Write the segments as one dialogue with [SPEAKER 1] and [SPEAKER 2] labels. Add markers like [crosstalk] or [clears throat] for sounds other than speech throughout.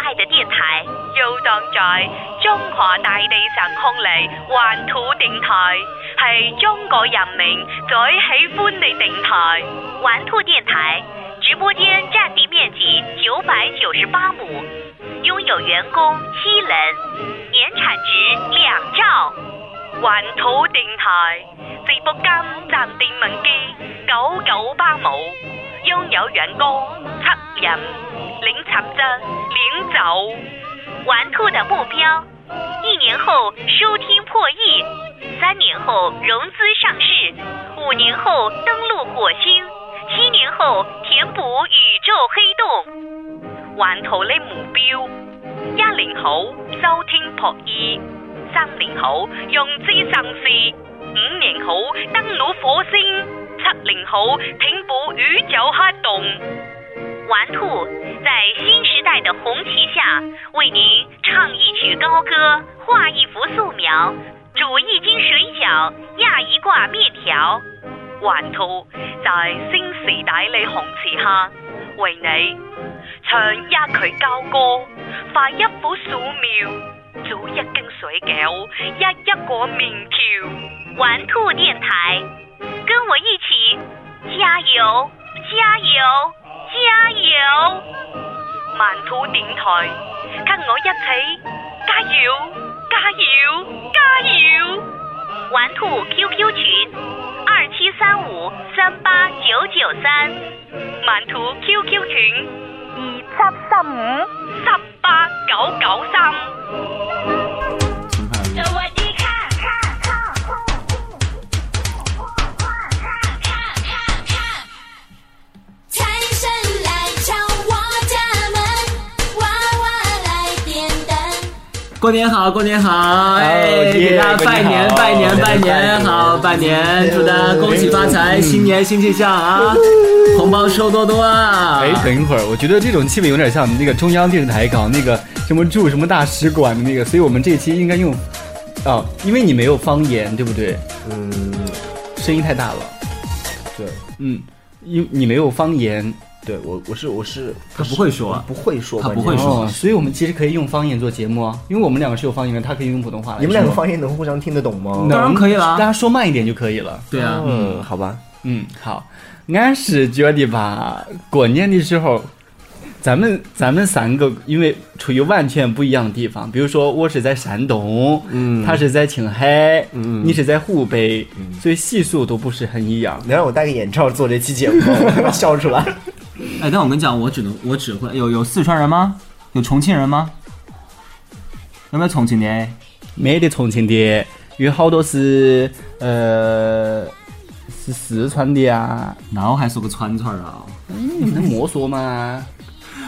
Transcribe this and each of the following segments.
[SPEAKER 1] 係要當在中華大地上空嚟環土電台，係中國人民最喜歡嘅電台。環土電台直播間佔地面積九百九十八畝，擁有員工七人，年產值兩兆。環土電台直播間佔地面積九九八畝，擁有員工七人，零產值零走。玩兔的目标：一年后收听破亿，三年后融资上市，五年后登陆火星，七年后填补宇宙黑洞。玩兔的目标：一年后收听破亿，三年后融资上市，五年后登陆火星，七年后填补宇宙黑洞。玩兔在新时代的红旗下，为您唱一曲高歌，画一幅素描，煮一斤水饺，压一挂面条。玩兔在新时代的红旗下，为你唱一曲高歌，画一幅素描，煮一斤水饺，压一个面条。玩兔电台，跟我一起加油，加油！加油！慢土电台，跟我一起加油，加油，加油！玩兔 QQ 群二七三五三八九九三，慢土 QQ 群二七三五三八九九三。
[SPEAKER 2] สวัสดีค่ะค่ะค่ะค่ะค่ะค่ะค่ะ财神来敲我家门，娃娃来点灯。
[SPEAKER 3] 过年好，过年好，哎，
[SPEAKER 4] 耶
[SPEAKER 3] 给大家
[SPEAKER 4] 过
[SPEAKER 3] 拜
[SPEAKER 4] 年
[SPEAKER 3] 年，
[SPEAKER 4] 好
[SPEAKER 3] 拜年，拜
[SPEAKER 4] 拜年嗯
[SPEAKER 3] 年，好，拜年，祝大家恭喜发财，新年新气象啊，红包收多多啊！
[SPEAKER 4] 哎，等一会儿，我觉得这种气氛有点像那个中央电视台搞那个什么驻什么大使馆的那个，所以我们这一期应该用，哦，因为你没有方言，对不对？
[SPEAKER 5] 嗯，
[SPEAKER 4] 声音太大了，
[SPEAKER 5] 对
[SPEAKER 4] 嗯，因你没有方言，
[SPEAKER 5] 对，我我是我是
[SPEAKER 3] 他不会说
[SPEAKER 5] 不会说，
[SPEAKER 3] 他不
[SPEAKER 5] 关键
[SPEAKER 3] 会说
[SPEAKER 4] 哦，所以我们其实可以用方言做节目啊，因为我们两个是有方言的，他可以用普通话来说。
[SPEAKER 5] 你们两个方言能互相听得懂吗？
[SPEAKER 3] 当然可以啦
[SPEAKER 5] 啊
[SPEAKER 4] 大家说慢一点就可以了。
[SPEAKER 3] 对啊，
[SPEAKER 5] 嗯，好吧，
[SPEAKER 4] 嗯，好，俺是觉得吧，过年的时候，咱们咱们三个因为处于完全不一样的地方，比如说我是在山东，
[SPEAKER 5] 嗯
[SPEAKER 4] 他是在青海，
[SPEAKER 5] 嗯
[SPEAKER 4] 你是在湖北，所以习俗都不是很一样。
[SPEAKER 5] 能让我戴个眼罩做这期节目吗， [laughs] 我他妈笑出来。
[SPEAKER 3] 哎，但我跟你讲，我只能我只会有有四川人吗？有重庆人吗？有没有重庆的？
[SPEAKER 4] 没得重庆的，有好多是呃是四川的呀，
[SPEAKER 3] 那我还说个川川啊？
[SPEAKER 4] 你能摸索吗？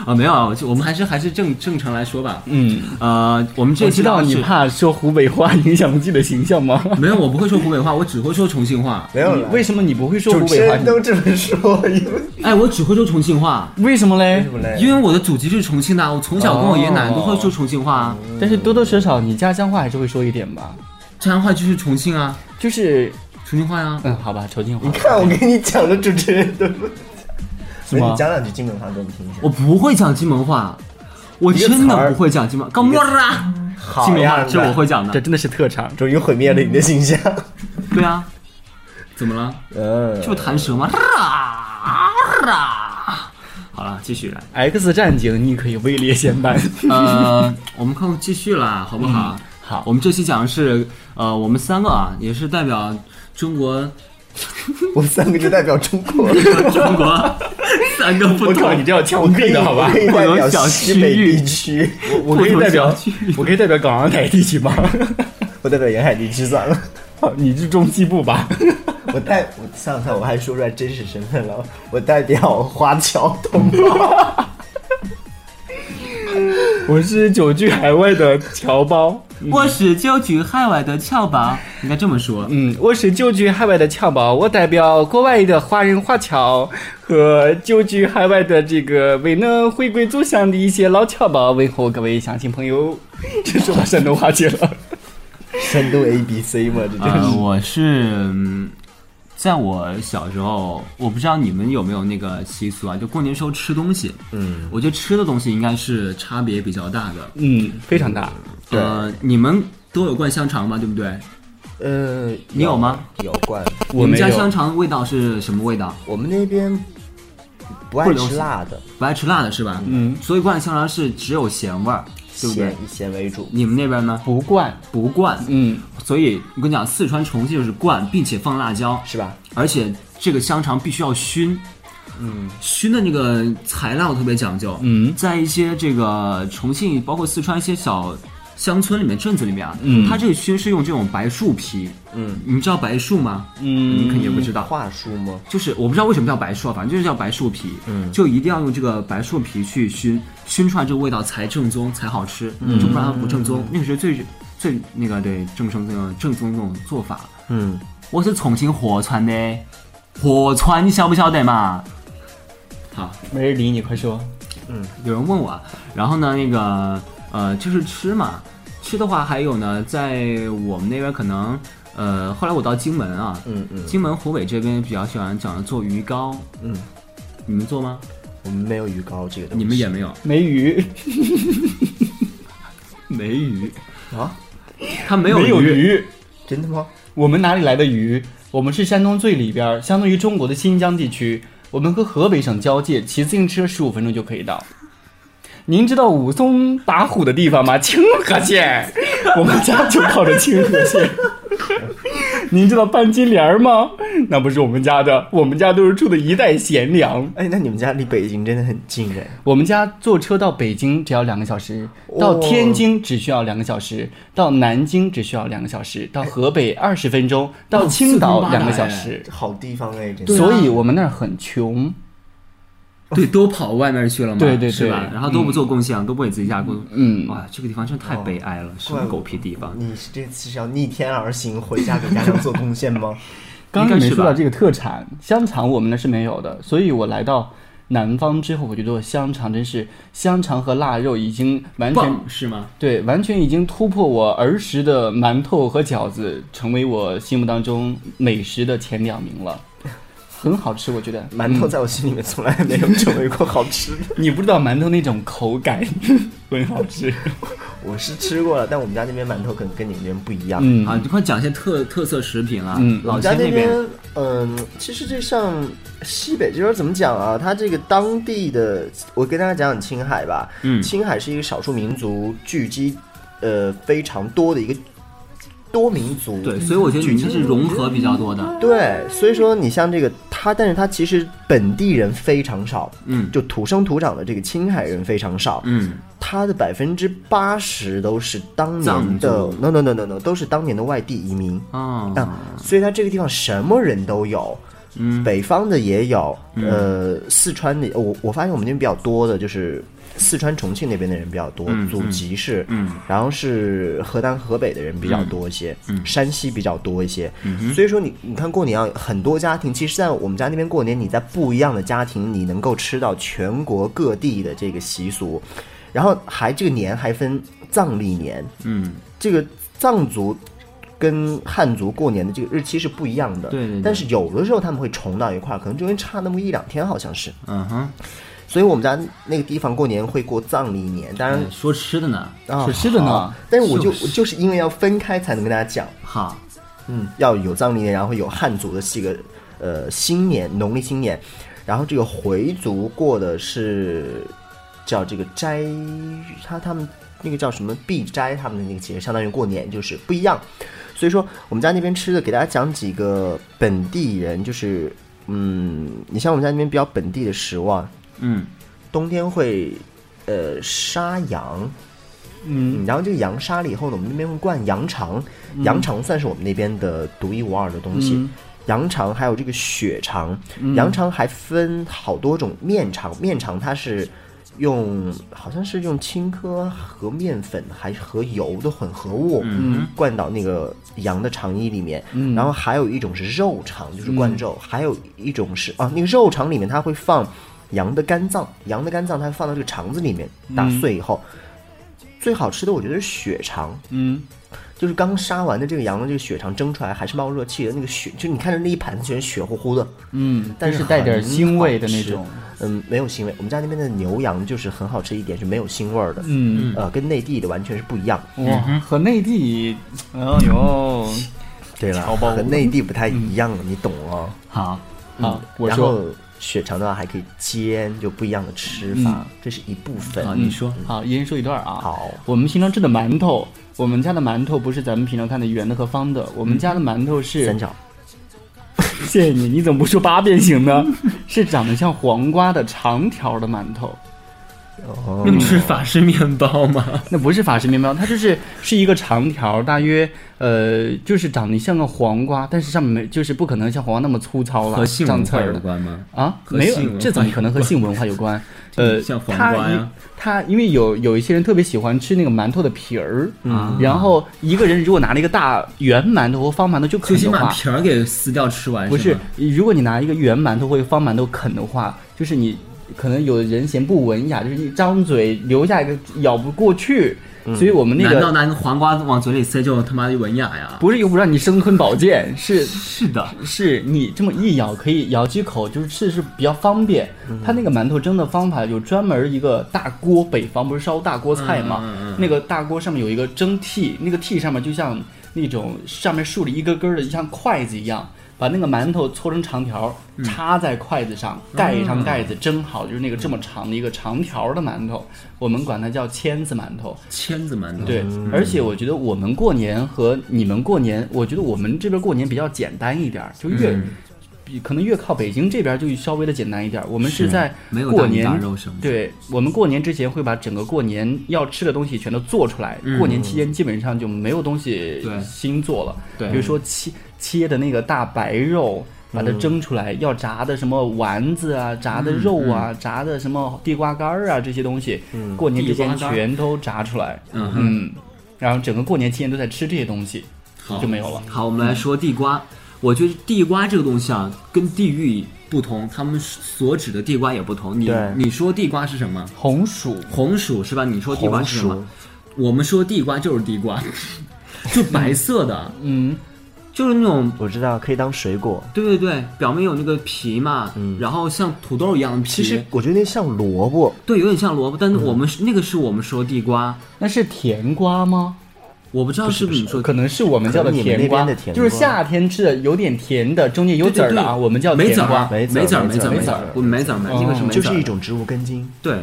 [SPEAKER 3] 啊，没有啊，我就我们还是还是正正常来说吧。
[SPEAKER 4] 嗯，
[SPEAKER 3] 呃，我们这
[SPEAKER 4] 我
[SPEAKER 3] 期
[SPEAKER 4] 知道你
[SPEAKER 3] 是
[SPEAKER 4] 怕说湖北话影响自己的形象吗？
[SPEAKER 3] 没有，我不会说湖北话，我只会说重庆话。
[SPEAKER 5] 没有
[SPEAKER 4] 你
[SPEAKER 5] 了，
[SPEAKER 4] 为什么你不会说
[SPEAKER 5] 主
[SPEAKER 4] 湖
[SPEAKER 5] 持
[SPEAKER 4] 北话？
[SPEAKER 5] 人
[SPEAKER 4] 你
[SPEAKER 5] 都这么说，因为
[SPEAKER 3] 哎，我只会说重庆话。
[SPEAKER 4] 为什么嘞？
[SPEAKER 5] 什么嘞？
[SPEAKER 3] 因为我的祖籍是重庆的，我从小跟我爷爷奶奶都会
[SPEAKER 4] 哦
[SPEAKER 3] 说重庆话啊，
[SPEAKER 4] 但是多多少少你家乡话还是会说一点吧，
[SPEAKER 3] 这样的话就是重庆啊，
[SPEAKER 4] 就是
[SPEAKER 3] 重庆话呀、
[SPEAKER 4] 嗯，好吧，重庆话
[SPEAKER 5] 你看我跟你讲的，主持人都
[SPEAKER 4] 是
[SPEAKER 5] 所以
[SPEAKER 4] 吗
[SPEAKER 5] 你？讲两句金门话给我们听一下。
[SPEAKER 3] 我不会讲金门话，我真的不会讲金门，干么啦？
[SPEAKER 5] 好
[SPEAKER 3] 金门
[SPEAKER 5] 样
[SPEAKER 3] 话
[SPEAKER 5] 的
[SPEAKER 3] 这我会讲
[SPEAKER 4] 这
[SPEAKER 3] 的，
[SPEAKER 4] 真的是特长。
[SPEAKER 5] 终于毁灭了你的形象。
[SPEAKER 3] 对啊，怎么了？
[SPEAKER 5] 嗯，
[SPEAKER 3] 这不弹舌
[SPEAKER 4] 呃
[SPEAKER 3] 吗？啦啦，好了，继
[SPEAKER 4] [laughs]
[SPEAKER 3] 续来，
[SPEAKER 4] X 战警，你可以位列先班。
[SPEAKER 3] 呃，我们看继续啦，好不好？
[SPEAKER 4] 嗯好
[SPEAKER 3] 我们这期讲的是，呃，我们三个啊，也是代表中国，
[SPEAKER 5] 我们三个就代表中国。
[SPEAKER 3] 中国
[SPEAKER 4] [laughs]
[SPEAKER 3] 三个不同，
[SPEAKER 4] 这要枪毙的好吧
[SPEAKER 5] 我可以代表西北地区，
[SPEAKER 4] 我可以代
[SPEAKER 3] 不
[SPEAKER 4] 表
[SPEAKER 3] 同小区，
[SPEAKER 4] 我可以代表港澳台地区吗？ [laughs]
[SPEAKER 5] 我代表沿海地区算了。
[SPEAKER 4] 你是中西部吧？
[SPEAKER 5] [laughs] 我代我想想，我还说出来真实身份了，我代表华侨同胞。
[SPEAKER 4] 我是久居海外的侨胞。
[SPEAKER 3] 我是郊区海外的侨胞，应该这么说。
[SPEAKER 4] 嗯，我是久居海外的侨胞，我代表国外的华人华侨和久居海外的这个未能回归祖乡的一些老侨胞，问候各位乡亲朋友。 [laughs] 这说到山东话去了。
[SPEAKER 5] 深度 A B C 嘛，这就是。
[SPEAKER 3] 呃，我是嗯在我小时候，我不知道你们有没有那个习俗啊，就过年时候吃东西，
[SPEAKER 5] 嗯，
[SPEAKER 3] 我觉得吃的东西应该是差别比较大的。
[SPEAKER 4] 嗯，非常大。
[SPEAKER 5] 对
[SPEAKER 3] 呃，你们都有灌香肠吗？对不对？
[SPEAKER 5] 呃，
[SPEAKER 3] 你有吗？
[SPEAKER 5] 有灌，
[SPEAKER 4] 我
[SPEAKER 3] 你们
[SPEAKER 4] 没
[SPEAKER 3] 家
[SPEAKER 4] 有
[SPEAKER 3] 香肠味道是什么味道？
[SPEAKER 5] 我们那边不爱吃辣的，
[SPEAKER 3] 不爱吃辣的是吧？
[SPEAKER 4] 嗯
[SPEAKER 3] 所以灌香肠是只有咸味儿，对不对
[SPEAKER 5] 咸？以咸为主。
[SPEAKER 3] 你们那边呢？
[SPEAKER 4] 不惯，
[SPEAKER 3] 不灌，
[SPEAKER 4] 嗯，
[SPEAKER 3] 所以我跟你讲，四川重庆就是灌，并且放辣椒，
[SPEAKER 5] 是吧？
[SPEAKER 3] 而且这个香肠必须要熏，嗯，熏的那个材料特别讲究，
[SPEAKER 4] 嗯
[SPEAKER 3] 在一些这个重庆，包括四川一些小乡村里面、镇子里面啊，
[SPEAKER 4] 嗯
[SPEAKER 3] 它这个熏是用这种白树皮，
[SPEAKER 5] 嗯，
[SPEAKER 3] 你们知道白树吗？
[SPEAKER 4] 嗯
[SPEAKER 3] 你肯定不知道，
[SPEAKER 5] 话术吗？
[SPEAKER 3] 就是我不知道为什么叫白树啊，反正就是叫白树皮，
[SPEAKER 5] 嗯
[SPEAKER 3] 就一定要用这个白树皮去熏，熏出来这个味道才正宗才好吃，就不然它不正宗。那个是最最那个对正宗那种正宗那种做法。
[SPEAKER 5] 嗯，
[SPEAKER 3] 我是重庆合川的，合川你晓不晓得嘛？好，
[SPEAKER 4] 没人理你，快说。
[SPEAKER 3] 有人问我，然后呢，那个呃，就是吃嘛，吃的话还有呢，在我们那边可能呃，后来我到荆门啊，
[SPEAKER 5] 嗯嗯
[SPEAKER 3] 荆门湖北这边比较喜欢讲做鱼糕，
[SPEAKER 5] 嗯，
[SPEAKER 3] 你们做吗？
[SPEAKER 5] 我们没有鱼糕这个东西。
[SPEAKER 3] 你们也没有
[SPEAKER 4] 梅鱼，
[SPEAKER 3] 没鱼，
[SPEAKER 5] 啊？
[SPEAKER 3] 它没有
[SPEAKER 4] 没有鱼，
[SPEAKER 5] 真的吗？
[SPEAKER 4] 我们哪里来的鱼？我们是山东最里边儿，相当于中国的新疆地区，我们和河北省交界，骑自行车十五分钟就可以到。您知道武松打虎的地方吗？清河县，我们家就靠着清河县。您知道拌金莲儿吗？那不是我们家的，我们家都是住的一代贤良。
[SPEAKER 5] 哎，那你们家离北京真的很近哎。
[SPEAKER 4] 我们家坐车到北京只要两个小时，
[SPEAKER 5] 哦
[SPEAKER 4] 到天津只需要两个小时，到南京只需要两个小时，到河北二十分钟，到青岛两个小时。
[SPEAKER 5] 好地方哎，真的。
[SPEAKER 3] 啊
[SPEAKER 4] 所以我们那儿很穷，
[SPEAKER 3] 对，都跑外面去了嘛，
[SPEAKER 4] 对对对
[SPEAKER 3] 是吧？然后都不做贡献，都不给自己下工，
[SPEAKER 4] 嗯
[SPEAKER 3] 哇，这个地方真的太悲哀了，什么狗屁地方？
[SPEAKER 5] 你是这次是要逆天而行，回家给家乡做贡献
[SPEAKER 3] [laughs]
[SPEAKER 5] 吗？
[SPEAKER 4] 刚刚
[SPEAKER 3] 应该
[SPEAKER 4] 没
[SPEAKER 3] 是吧
[SPEAKER 4] 说到这个特产香肠，我们那是没有的，所以我来到南方之后，我觉得香肠真是香肠和腊肉已经完全
[SPEAKER 3] 棒是吗？
[SPEAKER 4] 对，完全已经突破我儿时的馒头和饺子，成为我心目当中美食的前两
[SPEAKER 3] [laughs]
[SPEAKER 4] 名了。很好吃，我觉得
[SPEAKER 5] 馒头在我心里面从来没有成为过好吃的。
[SPEAKER 4] 你不知道馒头那种口感， [laughs] 很好吃。
[SPEAKER 5] 我是吃过了，但我们家那边馒头可能跟你们那边不一样。
[SPEAKER 4] 嗯
[SPEAKER 3] 啊，你快讲一些特特色食品啊！
[SPEAKER 4] 嗯
[SPEAKER 5] 我
[SPEAKER 3] 老
[SPEAKER 5] 们
[SPEAKER 3] 千
[SPEAKER 5] 家那
[SPEAKER 3] 边，
[SPEAKER 5] 嗯、其实就像西北这边怎么讲啊？它这个当地的，我跟大家讲讲青海吧。
[SPEAKER 3] 嗯
[SPEAKER 5] 青海是一个少数民族聚集，呃，非常多的一个多民族。
[SPEAKER 3] 对，所以我觉得你们这是融合比较多的，
[SPEAKER 5] 对，所以说你像这个它，但是它其实本地人非常少，
[SPEAKER 3] 嗯
[SPEAKER 5] 就土生土长的这个青海人非常少，
[SPEAKER 3] 嗯，
[SPEAKER 5] 它的百分之八十都是当年
[SPEAKER 3] 藏
[SPEAKER 5] 的
[SPEAKER 3] 族
[SPEAKER 5] ，no no no no no，都是当年的外地移民。
[SPEAKER 3] 哦，
[SPEAKER 5] 啊，所以它这个地方什么人都有，
[SPEAKER 3] 嗯
[SPEAKER 5] 北方的也有，呃，四川的，我我发现我们那边比较多的就是四川、重庆那边的人比较多，
[SPEAKER 3] 嗯
[SPEAKER 5] 祖籍是，
[SPEAKER 3] 嗯
[SPEAKER 5] 然后是河南、河北的人比较多一些，
[SPEAKER 3] 嗯嗯嗯
[SPEAKER 5] 山西比较多一些，所以说你你看过年啊，很多家庭，其实，在我们家那边过年，你在不一样的家庭，你能够吃到全国各地的这个习俗，然后还这个年还分藏历年，
[SPEAKER 3] 嗯，
[SPEAKER 5] 这个藏族跟汉族过年的这个日期是不一样的，
[SPEAKER 3] 对对对
[SPEAKER 5] 但是有的时候他们会重到一块儿，可能中间差那么一两天，好像是。
[SPEAKER 3] 嗯哼，
[SPEAKER 5] 所以我们家那个地方过年会过藏历年，当然
[SPEAKER 3] 哎说吃的呢，
[SPEAKER 5] 啊，
[SPEAKER 4] 是是的呢
[SPEAKER 5] 好但是我就
[SPEAKER 3] 就是
[SPEAKER 5] 我就是因为要分开才能跟大家讲，
[SPEAKER 3] 好，
[SPEAKER 5] 嗯，要有藏历年，然后有汉族的这个呃新年农历新年，然后这个回族过的是叫这个斋，他他们那个叫什么避斋，他们的那个节日相当于过年，就是不一样。所以说我们家那边吃的，给大家讲几个本地人，就是嗯，你像我们家那边比较本地的食物啊，
[SPEAKER 3] 嗯，
[SPEAKER 5] 冬天会呃杀羊，
[SPEAKER 4] 嗯，
[SPEAKER 5] 嗯，然后这个羊杀了以后呢，我们那边会灌羊肠，羊肠算是我们那边的独一无二的东西。
[SPEAKER 4] 嗯
[SPEAKER 5] 羊肠还有这个血肠，羊肠还分好多种面肠，面肠它是用好像是用青稞和面粉还是和油的混合物，
[SPEAKER 3] 嗯
[SPEAKER 5] 灌到那个羊的肠衣里面。然后还有一种是肉肠，就是灌肉，还有一种是啊，那个肉肠里面它会放羊的肝脏，羊的肝脏它放到这个肠子里面打碎以后，最好吃的我觉得是血肠，
[SPEAKER 4] 嗯，
[SPEAKER 5] 就是刚杀完的这个羊的这个血肠蒸出来还是冒热气的，那个血就你看着那一盘子全是血乎乎的，
[SPEAKER 4] 嗯，
[SPEAKER 5] 但
[SPEAKER 4] 就是
[SPEAKER 5] 是
[SPEAKER 4] 带点
[SPEAKER 5] 很
[SPEAKER 4] 腥味的
[SPEAKER 5] 好
[SPEAKER 4] 那
[SPEAKER 5] 吃
[SPEAKER 4] 种，
[SPEAKER 5] 嗯，没有腥味。我们家那边的牛羊就是很好吃一点，是没有腥味儿的，
[SPEAKER 4] 嗯，
[SPEAKER 5] 呃，跟内地的完全是不一样。
[SPEAKER 4] 哇，和内地，哎呦，
[SPEAKER 5] 对了，
[SPEAKER 4] 乔包
[SPEAKER 5] 和内地不太一样，你懂哦。
[SPEAKER 3] 好，
[SPEAKER 4] 好，我
[SPEAKER 5] 然
[SPEAKER 4] 说
[SPEAKER 5] 后血肠的话还可以煎，就不一样的吃法，这是一部分。
[SPEAKER 3] 啊，你说，
[SPEAKER 4] 好，一人说一段啊。
[SPEAKER 5] 好，
[SPEAKER 4] 我们平常吃的馒头，我们家的馒头不是咱们平常看的圆的和方的，我们家的馒头是
[SPEAKER 5] 三角
[SPEAKER 4] 谢谢你，你怎么不说八边形呢？ [laughs] 是长得像黄瓜的长条的馒头，
[SPEAKER 5] 哦
[SPEAKER 4] 嗯
[SPEAKER 3] 那，不是法式面包吗？
[SPEAKER 4] 那不是法式面包，它就是是一个长条，大约呃，就是长得像个黄瓜，但是上面没，就是不可能像黄瓜那么粗糙
[SPEAKER 3] 和
[SPEAKER 4] 了，
[SPEAKER 3] 性
[SPEAKER 4] 长
[SPEAKER 3] 文
[SPEAKER 4] 刺
[SPEAKER 3] 化
[SPEAKER 4] 儿
[SPEAKER 3] 有
[SPEAKER 4] 的。
[SPEAKER 3] 关吗？
[SPEAKER 4] 啊，
[SPEAKER 3] 和
[SPEAKER 4] 没有
[SPEAKER 3] 性文，化
[SPEAKER 4] 这怎么可能和性文化有
[SPEAKER 3] [laughs]
[SPEAKER 4] 关？呃，
[SPEAKER 3] 像黄
[SPEAKER 4] 它
[SPEAKER 3] 瓜
[SPEAKER 4] 一
[SPEAKER 3] 呀
[SPEAKER 4] 它因为有有一些人特别喜欢吃那个馒头的皮儿，
[SPEAKER 3] 啊
[SPEAKER 4] 然后一个人如果拿了一个大圆馒头或方馒头就
[SPEAKER 3] 就
[SPEAKER 4] 啃
[SPEAKER 3] 先
[SPEAKER 4] 的
[SPEAKER 3] 把
[SPEAKER 4] 话，
[SPEAKER 3] 皮儿给撕掉吃完，
[SPEAKER 4] 不是
[SPEAKER 3] 吗，
[SPEAKER 4] 如果你拿一个圆馒头或者方馒头啃的话，就是你可能有的人嫌不文雅，就是一张嘴留下一个咬不过去，所以我们
[SPEAKER 3] 嗯
[SPEAKER 4] 那
[SPEAKER 3] 难道
[SPEAKER 4] 个
[SPEAKER 3] 拿个黄瓜往嘴里塞就他妈文雅呀？
[SPEAKER 4] 不是又不让你生吞宝剑，是
[SPEAKER 3] 啊是的，
[SPEAKER 4] 是你这么一咬可以咬几口，就是吃是比较方便。
[SPEAKER 3] 嗯
[SPEAKER 4] 它那个馒头蒸的方法有专门一个大锅，北方不是烧大锅菜嘛，
[SPEAKER 3] 嗯嗯嗯嗯
[SPEAKER 4] 那个大锅上面有一个蒸屉，那个屉上面就像那种上面竖着一根根的，像筷子一样，把那个馒头搓成长条，插在筷子上，
[SPEAKER 3] 嗯
[SPEAKER 4] 盖上盖子蒸好，就是那个这么长的一个长条的馒头，我们管它叫签子馒头。
[SPEAKER 3] 签子馒头，
[SPEAKER 4] 对，而且我觉得我们过年和你们过年，我觉得我们这边过年比较简单一点儿，就
[SPEAKER 3] 嗯
[SPEAKER 4] 越、比可能越靠北京这边就稍微的简单一点儿。我们是
[SPEAKER 3] 是
[SPEAKER 4] 在
[SPEAKER 3] 没有
[SPEAKER 4] 过
[SPEAKER 3] 大鱼
[SPEAKER 4] 年
[SPEAKER 3] 大肉什么的
[SPEAKER 4] 对我们过年之前会把整个过年要吃的东西全都做出来，过年期间基本上就没有东西
[SPEAKER 3] 嗯对
[SPEAKER 4] 新做了，
[SPEAKER 3] 对
[SPEAKER 4] 比如说切切的那个大白肉。把它蒸出来，要炸的什么丸子啊，
[SPEAKER 3] 嗯
[SPEAKER 4] 炸的肉啊，炸的什么地瓜干儿啊，这些东西，过年之
[SPEAKER 3] 嗯地
[SPEAKER 4] 前
[SPEAKER 3] 瓜干儿
[SPEAKER 4] 全都炸出来。
[SPEAKER 3] 嗯哼
[SPEAKER 4] 嗯，然后整个过年期间都在吃这些东西，就没有了。
[SPEAKER 3] 好，我们来说地瓜。我觉得地瓜这个东西啊，跟地域不同，他们所指的地瓜也不同。你
[SPEAKER 5] 对
[SPEAKER 3] 你说地瓜是什么？
[SPEAKER 4] 红薯，
[SPEAKER 3] 红薯是吧？你说地瓜是什么
[SPEAKER 5] 红？
[SPEAKER 3] 我们说地瓜就是地瓜， [laughs] 就白色的，
[SPEAKER 4] 嗯，
[SPEAKER 3] 就是那种
[SPEAKER 5] 我知道可以当水果。
[SPEAKER 3] 对对对，表面有那个皮嘛，然后像土豆一样的皮，
[SPEAKER 5] 其实我觉得那像萝卜，
[SPEAKER 3] 对，有点像萝卜，但是我们、是那个是我们说地瓜，
[SPEAKER 4] 那是甜瓜吗？
[SPEAKER 3] 我不知道是不是你说
[SPEAKER 4] 可能是我们叫
[SPEAKER 5] 可能你们
[SPEAKER 4] 甜瓜，
[SPEAKER 5] 那边的甜瓜
[SPEAKER 4] 就是夏天吃的，有点甜的，中间有
[SPEAKER 3] 对
[SPEAKER 4] 籽儿的啊，
[SPEAKER 3] 对对
[SPEAKER 4] 我们叫
[SPEAKER 3] 没
[SPEAKER 4] 甜
[SPEAKER 3] 籽
[SPEAKER 4] 瓜
[SPEAKER 3] 儿，。
[SPEAKER 5] 没啊
[SPEAKER 3] 籽
[SPEAKER 5] 籽
[SPEAKER 3] 儿，
[SPEAKER 5] 儿
[SPEAKER 3] 没
[SPEAKER 5] 没
[SPEAKER 3] 籽
[SPEAKER 5] 籽
[SPEAKER 3] 儿，
[SPEAKER 5] 儿
[SPEAKER 3] 籽儿，我没籽儿，没那个是没籽
[SPEAKER 5] 哦就
[SPEAKER 3] 儿
[SPEAKER 5] 是
[SPEAKER 3] 的
[SPEAKER 5] 一种植物根茎，
[SPEAKER 3] 对，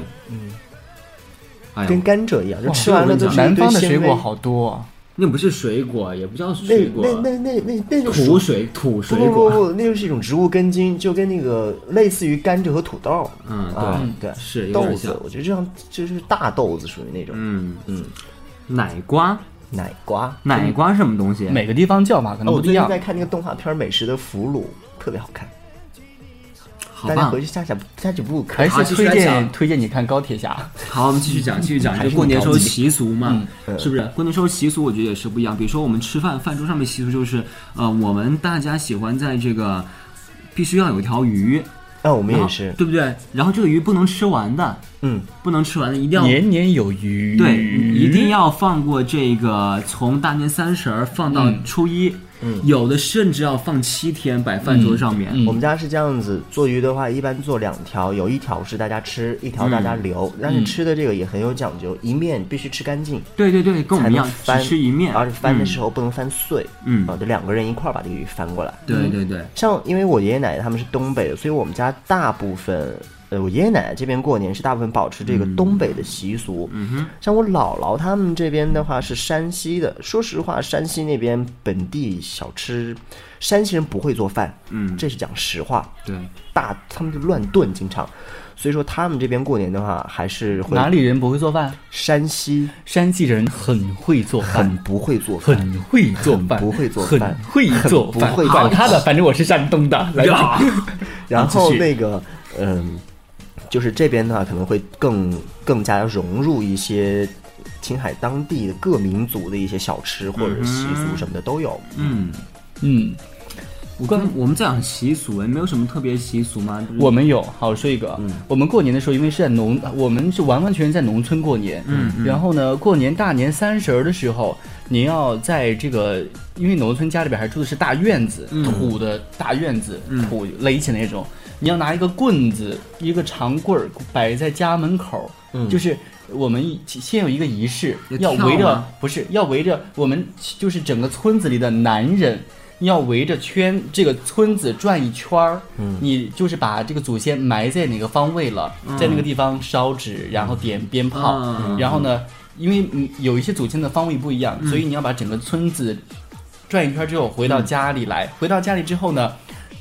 [SPEAKER 3] 哎
[SPEAKER 5] 嗯跟
[SPEAKER 3] 呀，
[SPEAKER 5] 甘蔗一样，就吃
[SPEAKER 3] 哇
[SPEAKER 5] 完了都是一堆
[SPEAKER 4] 南方的
[SPEAKER 5] 纤
[SPEAKER 4] 水果
[SPEAKER 5] 维。
[SPEAKER 4] 好多、啊，
[SPEAKER 3] 那不是水果，也不叫
[SPEAKER 5] 那
[SPEAKER 3] 水果，
[SPEAKER 5] 那那那那那就
[SPEAKER 3] 土水土
[SPEAKER 5] 不
[SPEAKER 3] 水
[SPEAKER 5] 不不
[SPEAKER 3] 果，
[SPEAKER 5] 不，那就是一种植物根茎，就跟那个类似于甘蔗和土豆，
[SPEAKER 3] 嗯
[SPEAKER 5] 啊
[SPEAKER 3] 对
[SPEAKER 5] 对，
[SPEAKER 3] 是有
[SPEAKER 5] 豆
[SPEAKER 3] 点
[SPEAKER 5] 子
[SPEAKER 3] 像，
[SPEAKER 5] 我觉得这样就是大豆子属于那种，
[SPEAKER 3] 嗯
[SPEAKER 5] 嗯，
[SPEAKER 3] 奶瓜，
[SPEAKER 5] 奶瓜。嗯
[SPEAKER 3] 奶瓜是什么东西？
[SPEAKER 4] 每个地方叫法可
[SPEAKER 5] 哦，
[SPEAKER 4] 能
[SPEAKER 5] 我
[SPEAKER 4] 不一
[SPEAKER 5] 最近
[SPEAKER 4] 样。
[SPEAKER 5] 在看那个动画片《美食的俘虏》，特别好看，
[SPEAKER 3] 好
[SPEAKER 5] 大家
[SPEAKER 3] 棒
[SPEAKER 5] 回，去下下下几部看
[SPEAKER 4] 还。
[SPEAKER 3] 啊就是
[SPEAKER 4] 是推
[SPEAKER 3] 在想
[SPEAKER 4] 荐推荐你看高铁侠，
[SPEAKER 3] 好，我们继续讲，继续讲，
[SPEAKER 5] 还
[SPEAKER 3] 就是过年时候
[SPEAKER 5] 你着急
[SPEAKER 3] 习俗嘛，
[SPEAKER 5] 嗯
[SPEAKER 3] 是不是？过年时候习俗我觉得也是不一样。比如说我们吃饭，饭桌上面习俗就是，呃，我们大家喜欢在这个必须要有一条鱼，
[SPEAKER 5] 那哦我们
[SPEAKER 3] 然
[SPEAKER 5] 也
[SPEAKER 3] 后
[SPEAKER 5] 是，
[SPEAKER 3] 对不对？然后这个鱼不能吃完的，
[SPEAKER 5] 嗯，
[SPEAKER 3] 不能吃完的，一定要
[SPEAKER 4] 年年有余。嗯
[SPEAKER 3] 对，一定要放过这个从大年三十儿放
[SPEAKER 5] 嗯
[SPEAKER 3] 到初一，有的甚至要放七天摆饭桌上面。
[SPEAKER 5] 我们家是这样子，做鱼的话一般做两条，有一条是大家吃，一条大家留。
[SPEAKER 3] 嗯
[SPEAKER 5] 但是吃的这个也很有讲究，一面必须吃干净，
[SPEAKER 3] 对对对，跟我
[SPEAKER 5] 才
[SPEAKER 3] 们一
[SPEAKER 5] 能
[SPEAKER 3] 样，
[SPEAKER 5] 翻，
[SPEAKER 3] 只吃嗯一面，
[SPEAKER 5] 而且翻的
[SPEAKER 3] 嗯
[SPEAKER 5] 时候不能翻碎，
[SPEAKER 3] 嗯
[SPEAKER 5] 啊，就两个人一块儿把这个鱼翻过来。
[SPEAKER 3] 对对对，
[SPEAKER 5] 像因为我爷爷奶奶他们是东北的，所以我们家大部分，呃，我爷爷奶奶这边过年是大部分保持这个东北的习俗。嗯哼，像我姥姥他们这边的话是山西的，说实话，山西那边本地小吃，山西人不会做饭，
[SPEAKER 3] 嗯
[SPEAKER 5] 这是讲实话。
[SPEAKER 3] 对，
[SPEAKER 5] 大他们就乱炖，经常，所以说他们这边过年的话还是会
[SPEAKER 4] 哪里人不会做饭？
[SPEAKER 5] 山西
[SPEAKER 4] 山西人很会做饭，
[SPEAKER 5] 很不会做饭，
[SPEAKER 4] 很会做
[SPEAKER 5] 很
[SPEAKER 4] 饭，
[SPEAKER 5] 不会做
[SPEAKER 4] 很
[SPEAKER 5] 饭
[SPEAKER 4] 会做饭，
[SPEAKER 5] 很不会
[SPEAKER 4] 管
[SPEAKER 5] 做饭
[SPEAKER 4] 他的，反正我是山东的。来吧，
[SPEAKER 5] 然后
[SPEAKER 4] 继续
[SPEAKER 5] 那个，嗯，就是这边的话，可能会更更加融入一些青海当地的各民族的一些小吃或者习俗什么的都有。
[SPEAKER 3] 嗯，
[SPEAKER 4] 嗯，
[SPEAKER 3] 我跟我们在讲习俗，哎没有什么特别习俗吗？就是
[SPEAKER 4] 我们有，好，我说一
[SPEAKER 3] 嗯
[SPEAKER 4] 个，我们过年的时候，因为是在农，我们是完完全全在农村过年，
[SPEAKER 3] 嗯嗯
[SPEAKER 4] 然后呢，过年大年三十儿的时候，你要在这个，因为农村家里边还住的是大院子，
[SPEAKER 3] 嗯
[SPEAKER 4] 土的大院子，土垒起那种，你要拿一个棍子，一个长棍儿摆在家门口，
[SPEAKER 3] 嗯
[SPEAKER 4] 就是。我们一起先有一个仪式，
[SPEAKER 3] 要
[SPEAKER 4] 要
[SPEAKER 3] 跳
[SPEAKER 4] 围着
[SPEAKER 3] 吗
[SPEAKER 4] 不是要围着我们就是整个村子里的男人，要围着圈这个村子转一圈儿，
[SPEAKER 3] 嗯
[SPEAKER 4] 你就是把这个祖先埋在哪个方位了，在那个地方烧纸，然后点鞭炮，
[SPEAKER 3] 嗯
[SPEAKER 4] 然后呢，因为嗯有一些祖先的方位不一样，所以你要把整个村子转一圈之后回
[SPEAKER 3] 嗯
[SPEAKER 4] 到家里来，回到家里之后呢，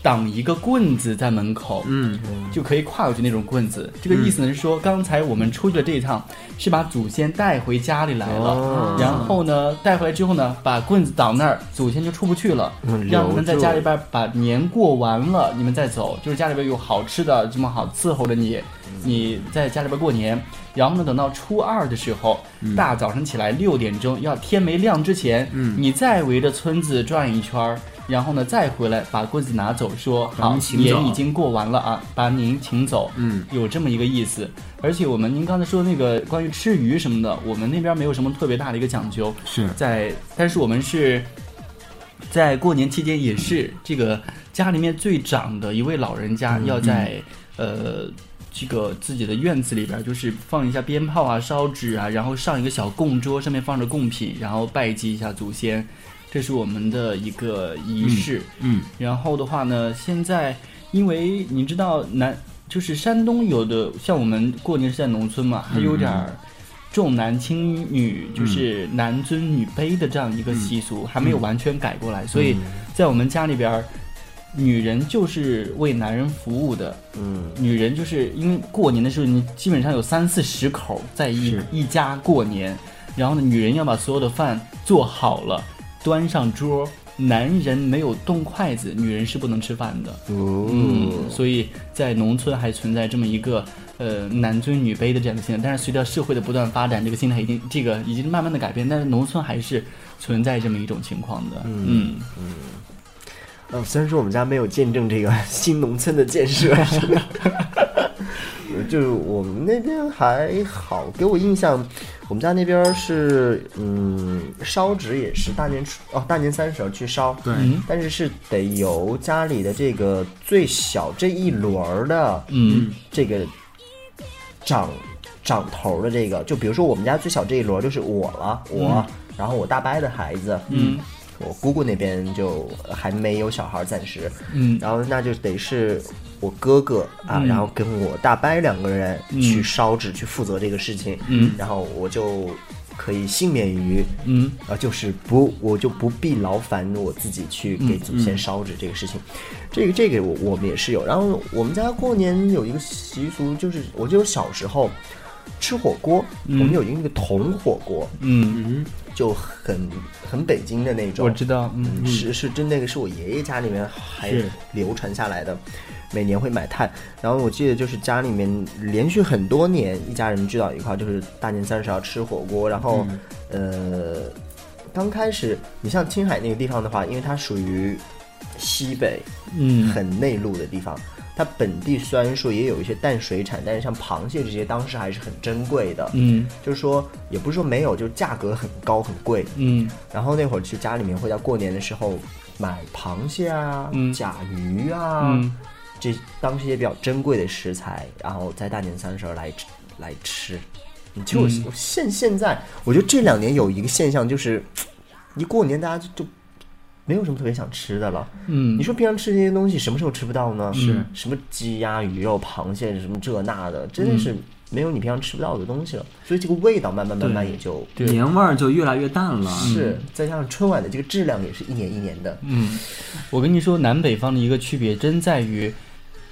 [SPEAKER 4] 挡一个棍子在门口，
[SPEAKER 3] 嗯，
[SPEAKER 4] 就可以跨过去那种棍子。这个意思呢是说，刚才我们出去的这一趟是把祖先带回家里来了，
[SPEAKER 5] 哦
[SPEAKER 4] 然后呢带回来之后呢，把棍子挡那儿，祖先就出不去了，
[SPEAKER 5] 嗯
[SPEAKER 4] 让他们在
[SPEAKER 5] 留住
[SPEAKER 4] 家里边把年过完了，你们再走。就是家里边有好吃的，这么好伺候着你，
[SPEAKER 5] 嗯
[SPEAKER 4] 你在家里边过年。然后呢，等到初二的时候，
[SPEAKER 5] 嗯
[SPEAKER 4] 大早上起来六点钟，要天没亮之前，你再围着村子转一圈儿，然后呢再回来把棍子拿走，说
[SPEAKER 3] 把
[SPEAKER 4] 好
[SPEAKER 3] 您请走
[SPEAKER 4] 年已经过完了啊，把您请走，
[SPEAKER 3] 嗯，
[SPEAKER 4] 有这么一个意思。而且我们您刚才说那个关于吃鱼什么的，我们那边没有什么特别大的一个讲究，
[SPEAKER 3] 是
[SPEAKER 4] 在，但是我们是在过年期间也是这个家里面最长的一位老人家要在、呃。这个自己的院子里边，就是放一下鞭炮啊、烧纸啊，然后上一个小供桌，上面放着贡品，然后拜祭一下祖先，这是我们的一个仪式。
[SPEAKER 3] 嗯，
[SPEAKER 4] 然后的话呢，现在因为你知道南就是山东有的，像我们过年是在农村嘛，还有点儿重男轻女，就是男尊女卑的这样一个习俗，还没有完全改过来，所以在我们家里边儿，女人就是为男人服务的，
[SPEAKER 5] 嗯，
[SPEAKER 4] 女人就是因为过年的时候，你基本上有三四十口在一
[SPEAKER 3] 是
[SPEAKER 4] 一家过年，然后呢，女人要把所有的饭做好了，端上桌。男人没有动筷子，女人是不能吃饭的。嗯，所以在农村还存在这么一个呃男尊女卑的这样的心态，但是随着社会的不断发展，这个心态已经这个已经慢慢的改变，但是农村还是存在这么一种情况的。嗯，
[SPEAKER 5] 呃，虽然说我们家没有见证这个 [laughs] 新农村的建设， [laughs] 就是我们那边还好。给我印象，我们家那边是，嗯，烧纸也是大年初哦，大年三十儿去烧，
[SPEAKER 3] 对，
[SPEAKER 4] 嗯
[SPEAKER 5] 但是是得由家里的这个最小这一轮儿的，
[SPEAKER 4] 嗯，
[SPEAKER 5] 这个长长头儿的这个，就比如说我们家最小这一轮儿就是我了，
[SPEAKER 4] 嗯
[SPEAKER 5] 我，然后我大伯的孩子，嗯，我姑姑那边就还没有小孩儿暂时，
[SPEAKER 4] 嗯
[SPEAKER 5] 然后那就得是我哥哥啊，然后跟我大伯两个人去烧纸、去负责这个事情，
[SPEAKER 4] 嗯
[SPEAKER 5] 然后我就可以幸免于，
[SPEAKER 4] 嗯，
[SPEAKER 5] 啊，就是不，我就不必劳烦我自己去给祖先烧纸这个事情，这个这个我我们也是有。然后我们家过年有一个习俗，就是我记得我小时候吃火锅，我们有一个那个铜火锅，
[SPEAKER 4] 嗯，
[SPEAKER 5] 就很很北京的那种，
[SPEAKER 4] 我知道，嗯
[SPEAKER 5] 是是真那个是我爷爷家里面还流传下来的，每年会买炭。然后我记得就是家里面连续很多年一家人聚到一块儿，就是大年三十要吃火锅。然后、
[SPEAKER 4] 嗯
[SPEAKER 5] 呃，刚开始你像青海那个地方的话，因为它属于西北，
[SPEAKER 4] 嗯
[SPEAKER 5] 很内陆的地方。它本地虽然说也有一些淡水产，但是像螃蟹这些当时还是很珍贵的。
[SPEAKER 4] 嗯
[SPEAKER 5] 就是说也不是说没有，就是价格很高很贵。
[SPEAKER 4] 嗯
[SPEAKER 5] 然后那会儿去家里面会在过年的时候买螃蟹啊、
[SPEAKER 4] 嗯
[SPEAKER 5] 甲鱼啊，
[SPEAKER 4] 嗯
[SPEAKER 5] 这当时也比较珍贵的食材，然后在大年三十儿来吃来吃。其实我
[SPEAKER 4] 嗯
[SPEAKER 5] 我现现在，我觉得这两年有一个现象就是，一过年大家就就没有什么特别想吃的了。
[SPEAKER 4] 嗯
[SPEAKER 5] 你说平常吃这些东西，什么时候吃不到呢？
[SPEAKER 4] 是
[SPEAKER 5] 什么鸡鸭鱼肉、螃蟹什么这那的，真的
[SPEAKER 4] 嗯
[SPEAKER 5] 是没有你平常吃不到的东西了。所以这个味道慢慢慢慢
[SPEAKER 4] 对
[SPEAKER 5] 也就
[SPEAKER 4] 对
[SPEAKER 3] 年味儿就越来越淡了。
[SPEAKER 5] 是，再加上春晚的这个质量也是一年一年的。
[SPEAKER 4] 嗯，我跟你说，南北方的一个区别真在于。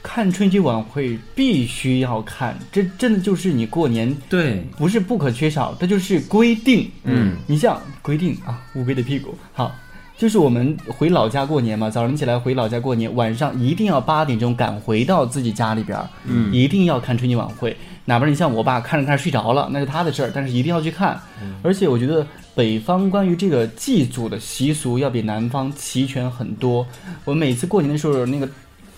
[SPEAKER 4] 看春节晚会必须要看，这真的就是你过年
[SPEAKER 3] 对，
[SPEAKER 4] 不是不可缺少，它就是规定。
[SPEAKER 5] 嗯，
[SPEAKER 4] 啊你像规定啊，乌龟的屁股好。就是我们回老家过年嘛，早上起来回老家过年，晚上一定要八点钟赶回到自己家里边，嗯，一定要看春节晚会。哪怕你像我爸看着看着睡着了，那是他的事儿，但是一定要去看。而且我觉得北方关于这个祭祖的习俗要比南方齐全很多。我每次过年的时候，那个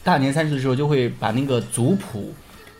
[SPEAKER 4] 大年三十的时候，就会把那个族谱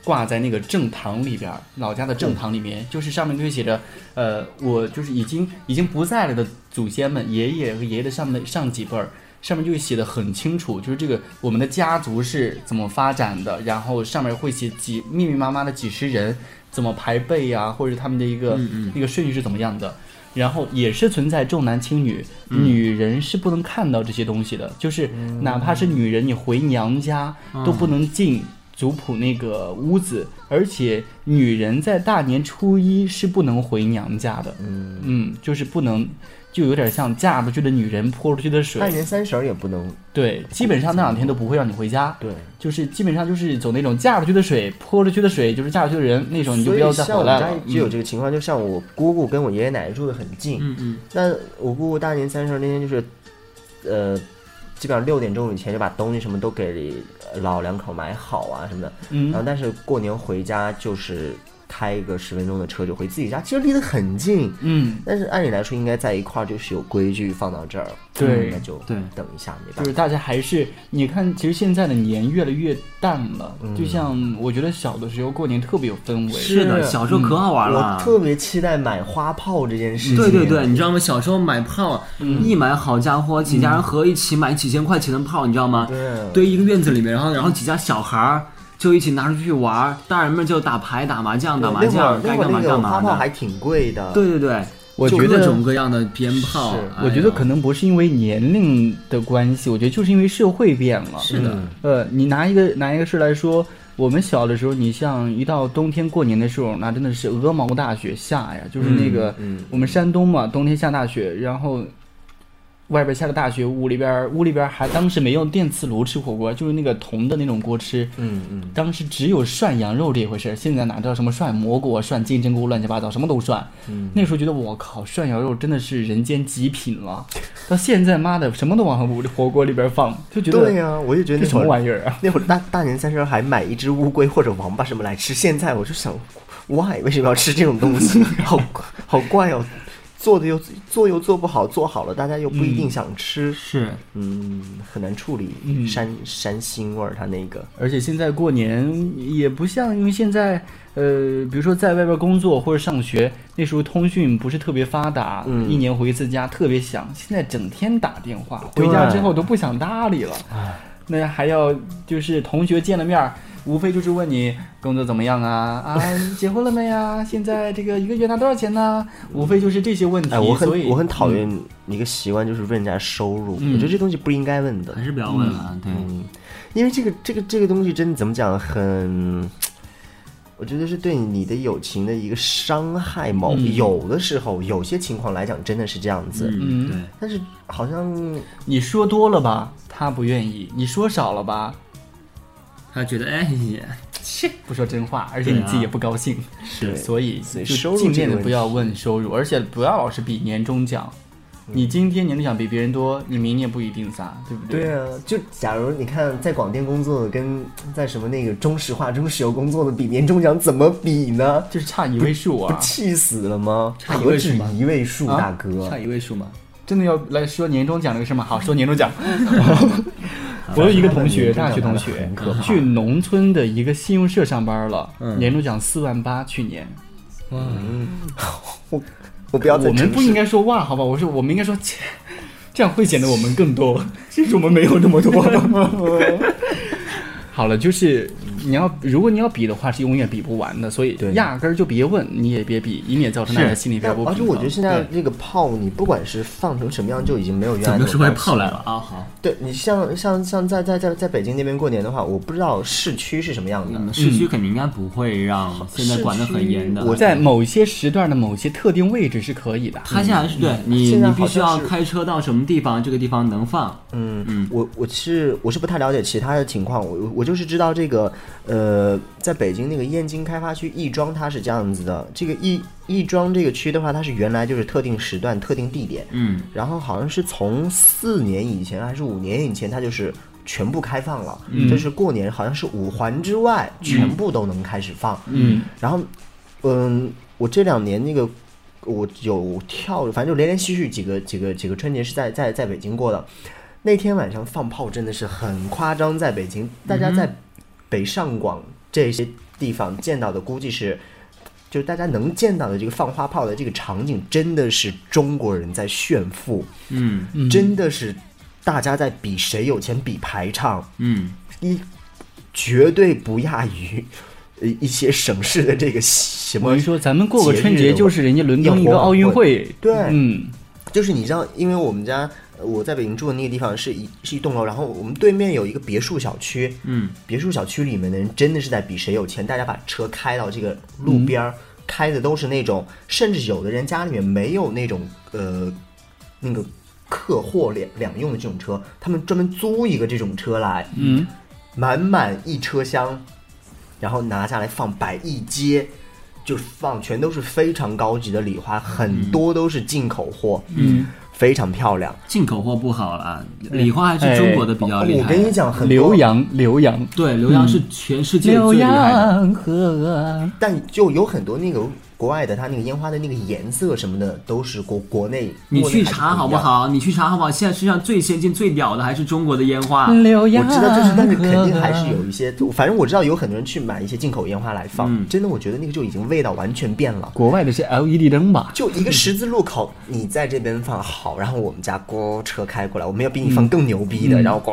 [SPEAKER 4] 挂在那个正堂里边儿，老家的正堂里面，就是上面就会写着，呃，我就是已经已经不在了的祖先们，爷爷和爷爷的上面的上几辈儿，上面就会写的很清楚，就是这个我们的家族是怎么发展的，然后上面会写几密密麻麻的几十人怎么排辈呀、或者他们的一个那个顺序是怎么样的。然后也是存在重男轻女，
[SPEAKER 5] 嗯
[SPEAKER 4] 女人是不能看到这些东西的，就是哪怕是女人，你回娘家
[SPEAKER 5] 嗯
[SPEAKER 4] 都不能进族谱那个屋子，而且女人在大年初一是不能回娘家的，嗯就是不能，就有点像嫁出去的女人泼出去的
[SPEAKER 5] 大
[SPEAKER 4] 水，
[SPEAKER 5] 年三十儿也不能
[SPEAKER 4] 对，基本上那两天都不会让你回家，
[SPEAKER 5] 对，
[SPEAKER 4] 就是基本上就是走那种嫁出去的水，泼出去的水，就是嫁出去的人那种，你就不要再
[SPEAKER 5] 像
[SPEAKER 4] 回
[SPEAKER 5] 我
[SPEAKER 4] 来
[SPEAKER 5] 们家
[SPEAKER 4] 了。嗯
[SPEAKER 5] 一直有这个情况，就像我姑姑跟我爷爷奶奶住的很近，
[SPEAKER 3] 嗯嗯，
[SPEAKER 5] 那我姑姑大年三十儿那天就是，呃，基本上六点钟以前就把东西什么都给老两口买好啊什么的，
[SPEAKER 4] 嗯
[SPEAKER 5] 然后但是过年回家就是开个十分钟的车就回自己家，其实离得很近，
[SPEAKER 4] 嗯，
[SPEAKER 5] 但是按理来说应该在一块儿，就是有规矩放到这儿，嗯
[SPEAKER 4] 对
[SPEAKER 5] 那就
[SPEAKER 3] 对
[SPEAKER 5] 等一下没办
[SPEAKER 4] 就是
[SPEAKER 5] 法，
[SPEAKER 4] 大家还是你看，其实现在的年越来越淡了，就像我觉得小的时候过年特别有氛围，
[SPEAKER 3] 是的，小时候可好玩了
[SPEAKER 5] 嗯我。特别期待买花炮这件事情，
[SPEAKER 3] 对对对，你知道吗？小时候买炮，
[SPEAKER 5] 嗯
[SPEAKER 3] 一买好家伙，几家人合一起买几千块钱的炮，你知道吗？
[SPEAKER 5] 对
[SPEAKER 3] 堆一个院子里面，然后然后几家小孩儿就一起拿出去玩儿，大人们就打牌、打麻将、
[SPEAKER 5] 对
[SPEAKER 3] 打麻将，
[SPEAKER 5] 那
[SPEAKER 3] 该
[SPEAKER 5] 会儿那会
[SPEAKER 3] 干嘛
[SPEAKER 5] 儿那
[SPEAKER 3] 干
[SPEAKER 5] 个
[SPEAKER 3] 嘛
[SPEAKER 5] 花炮
[SPEAKER 3] 的。
[SPEAKER 5] 还挺贵的，
[SPEAKER 3] 对对对，
[SPEAKER 4] 我
[SPEAKER 3] 就
[SPEAKER 4] 觉
[SPEAKER 3] 各
[SPEAKER 4] 得
[SPEAKER 3] 种各样的鞭炮
[SPEAKER 5] 是，
[SPEAKER 3] 哎
[SPEAKER 4] 我觉得
[SPEAKER 3] 呀
[SPEAKER 4] 可能不是因为年龄的关系，我觉得就是因为社会变了。是
[SPEAKER 5] 的，
[SPEAKER 4] 呃，你拿一个拿一个事来说，我们小的时候，你像一到冬天过年的时候，那真的是鹅毛大雪下呀，就是那个、我们山东嘛，冬天下大雪，然后外边下着大雪，屋里边屋里边还当时没用电磁炉吃火锅，就是那个铜的那种锅吃，
[SPEAKER 5] 嗯嗯，
[SPEAKER 4] 当时只有涮羊肉这回事儿，现在哪知道什么涮蘑菇、啊、涮金针菇，乱七八糟什么都涮。
[SPEAKER 5] 嗯
[SPEAKER 4] 那时候觉得我靠，涮羊肉真的是人间极品了。到现在妈的什么都往火火锅里边放，就觉得
[SPEAKER 5] 对呀、我就觉得
[SPEAKER 4] 这
[SPEAKER 5] 那
[SPEAKER 4] 什
[SPEAKER 5] 会
[SPEAKER 4] 么
[SPEAKER 5] 儿
[SPEAKER 4] 玩意儿啊？
[SPEAKER 5] 那会儿大大年三十儿还买一只乌龟或者王八什么来吃，现在我就想，why 为什么要吃这种东
[SPEAKER 4] [laughs]
[SPEAKER 5] 西？好好怪哦，做的又做又做不好，做好了大家又不一定想吃，
[SPEAKER 3] 是
[SPEAKER 5] 嗯，很难处理
[SPEAKER 4] 嗯
[SPEAKER 5] 山山腥味儿，它那个
[SPEAKER 4] 而且现在过年也不像，因为现在呃，比如说在外边工作或者上学，那时候通讯不是特别发达，
[SPEAKER 5] 嗯
[SPEAKER 4] 一年回一次家特别想。现在整天打电话，回家之后都不想搭理了。那还要就是同学见了面儿，无非就是问你工作怎么样啊啊，结婚了没呀？现在这个一个月拿多少钱呢？无非就是这些问题。
[SPEAKER 5] 哎，我
[SPEAKER 4] 所以
[SPEAKER 5] 很我很讨
[SPEAKER 4] 嗯
[SPEAKER 5] 厌一个习惯，就是问人家收入，
[SPEAKER 4] 嗯
[SPEAKER 5] 我觉得这东西不应该问的
[SPEAKER 3] 还，是不要问了啊。对，
[SPEAKER 5] 因为这个这个这个东西真的怎么讲，很，我觉得是对你的友情的一个伤害某。
[SPEAKER 4] 嗯
[SPEAKER 5] 有的时候，有些情况来讲，真的是这样子。
[SPEAKER 3] 嗯对，
[SPEAKER 5] 但是好像
[SPEAKER 4] 你说多了吧，他不愿意；你说少了吧，
[SPEAKER 3] 他觉得哎也
[SPEAKER 4] 不说真话，而且你自己也不高兴，
[SPEAKER 3] 是
[SPEAKER 4] 所以
[SPEAKER 5] 所以收
[SPEAKER 4] 就
[SPEAKER 5] 入
[SPEAKER 4] 尽
[SPEAKER 5] 这
[SPEAKER 4] 量
[SPEAKER 5] 个
[SPEAKER 4] 的
[SPEAKER 5] 问
[SPEAKER 4] 不要问收入，而且不要老是比年终奖。你今天年终奖比别人多，你明年不一定撒，对不对？
[SPEAKER 5] 对啊，就假如你看在广电工作的跟在什么那个中石化、中石油工作的比年终奖怎么比呢？
[SPEAKER 4] 就是差一位数
[SPEAKER 5] 不
[SPEAKER 4] 啊，
[SPEAKER 5] 气死了吗？
[SPEAKER 4] 差一位
[SPEAKER 5] 何
[SPEAKER 4] 数
[SPEAKER 5] 止
[SPEAKER 4] 吗
[SPEAKER 5] 一位数，
[SPEAKER 4] 啊
[SPEAKER 5] 大哥。
[SPEAKER 4] 差一位数吗？真的要来说年终奖这个事吗？好，说年终奖。我有一个同学，大学同学
[SPEAKER 5] 很可，怕
[SPEAKER 4] 去农村的一个信用社上班了，年终奖四万八，去年。
[SPEAKER 5] 我我不要再
[SPEAKER 4] 我们
[SPEAKER 5] 诚
[SPEAKER 4] 不
[SPEAKER 5] 实
[SPEAKER 4] 应该说哇，好吧？我说我们应该说切，这样会显得我们更多。其实我们没有那么多。 [laughs] 好了，就是你要如果你要比的话，是永远比不完的，所以
[SPEAKER 5] 对
[SPEAKER 4] 压根儿就别问，你也别比，以免造成大家心里边
[SPEAKER 5] 但
[SPEAKER 4] 不
[SPEAKER 5] 而
[SPEAKER 4] 平
[SPEAKER 5] 且我
[SPEAKER 4] 衡。
[SPEAKER 5] 觉得现在这
[SPEAKER 4] 对
[SPEAKER 5] 个炮，你不管是放成什么样，就已经没有原
[SPEAKER 3] 怎
[SPEAKER 5] 来
[SPEAKER 3] 么
[SPEAKER 5] 那种
[SPEAKER 3] 又是外
[SPEAKER 5] 东西
[SPEAKER 3] 炮来了啊？好，
[SPEAKER 5] 对你像像像在在在在北京那边过年的话，我不知道市区是什么样的
[SPEAKER 3] 那。
[SPEAKER 4] 嗯
[SPEAKER 3] 么嗯市区肯定应该不会让现在管得很严的。
[SPEAKER 5] 市区我
[SPEAKER 4] 在某些时段的某些特定位置是可以的。
[SPEAKER 3] 他现在是对
[SPEAKER 4] 嗯
[SPEAKER 3] 你，
[SPEAKER 5] 现在
[SPEAKER 3] 你
[SPEAKER 5] 好像
[SPEAKER 3] 必须要
[SPEAKER 5] 是
[SPEAKER 3] 开车到什么地方，这个地方能放。
[SPEAKER 5] 嗯，我我是我是不太了解其他的情况，我我就是知道这个呃，在北京那个燕京开发区亦庄，它是这样子的。这个亦亦庄这个区的话，它是原来就是特定时段、特定地点，
[SPEAKER 3] 嗯，
[SPEAKER 5] 然后好像是从四年以前还是五年以前，它就是全部开放了，就是过年好像是五环之外全部都能开始放。
[SPEAKER 4] 嗯，
[SPEAKER 5] 然后，嗯，我这两年那个我有跳，反正就连连续续几个几个几个春节是在在在北京过的。那天晚上放炮真的是很夸张，在北京，大家在北上广这些地方见到的估计是。就是大家能见到的这个放花炮的这个场景，真的是中国人在炫富，
[SPEAKER 3] 嗯
[SPEAKER 5] 真的是大家在比谁有钱，比排场，
[SPEAKER 3] 嗯
[SPEAKER 5] 一绝对不亚于呃一些省市的这个什
[SPEAKER 4] 我
[SPEAKER 5] 么
[SPEAKER 4] 是。说咱们过个春
[SPEAKER 5] 节日
[SPEAKER 4] 节
[SPEAKER 5] 的
[SPEAKER 4] 就是人家伦敦一
[SPEAKER 5] 烟
[SPEAKER 4] 个
[SPEAKER 5] 火晚
[SPEAKER 4] 奥运
[SPEAKER 5] 会
[SPEAKER 4] 会，
[SPEAKER 5] 对
[SPEAKER 4] 嗯
[SPEAKER 5] 就是你知道，因为我们家呃我在北京住的那个地方是一是一栋楼，然后我们对面有一个别墅小区，
[SPEAKER 3] 嗯，
[SPEAKER 5] 别墅小区里面的人真的是在比谁有钱，大家把车开到这个路边儿，
[SPEAKER 4] 嗯
[SPEAKER 5] 开的都是那种，甚至有的人家里面没有那种呃那个客货两两用的这种车，他们专门租一个这种车来，
[SPEAKER 4] 嗯，
[SPEAKER 5] 满满一车厢，然后拿下来放摆一街，就放全都是非常高级的礼花，
[SPEAKER 3] 嗯
[SPEAKER 5] 很多都是进口货，嗯，非常漂亮。哦
[SPEAKER 3] 进口货不好了，
[SPEAKER 4] 嗯
[SPEAKER 3] 礼花还
[SPEAKER 4] 哎
[SPEAKER 3] 是中国的比较厉
[SPEAKER 5] 我
[SPEAKER 3] 害。
[SPEAKER 5] 跟你讲，很多
[SPEAKER 4] 浏阳浏阳
[SPEAKER 3] 对，浏阳是全世界最厉害的。
[SPEAKER 4] 河，
[SPEAKER 5] 但就有很多那个国外的，它那个烟花的那个颜色什么的，都是国国内
[SPEAKER 3] 你
[SPEAKER 5] 国内
[SPEAKER 3] 去
[SPEAKER 5] 还是
[SPEAKER 3] 查
[SPEAKER 5] 一
[SPEAKER 3] 好不
[SPEAKER 5] 样？
[SPEAKER 3] 好？你去查好不好？现在世界上最先进、最屌的还是中国的烟花。
[SPEAKER 4] 浏
[SPEAKER 5] 我
[SPEAKER 4] 阳
[SPEAKER 5] 知道，就是，但是肯定还
[SPEAKER 3] 嗯
[SPEAKER 5] 是有一些，反正我知道有很多人去买一些进口烟花来放，
[SPEAKER 3] 嗯
[SPEAKER 5] 真的，我觉得那个就已经味道完全变了。
[SPEAKER 4] 国外的是 LED E 灯吧？
[SPEAKER 5] 就一个十字路口，你在这边放好，然后我们家锅车开过来，我们要比你放更牛逼的，然后呱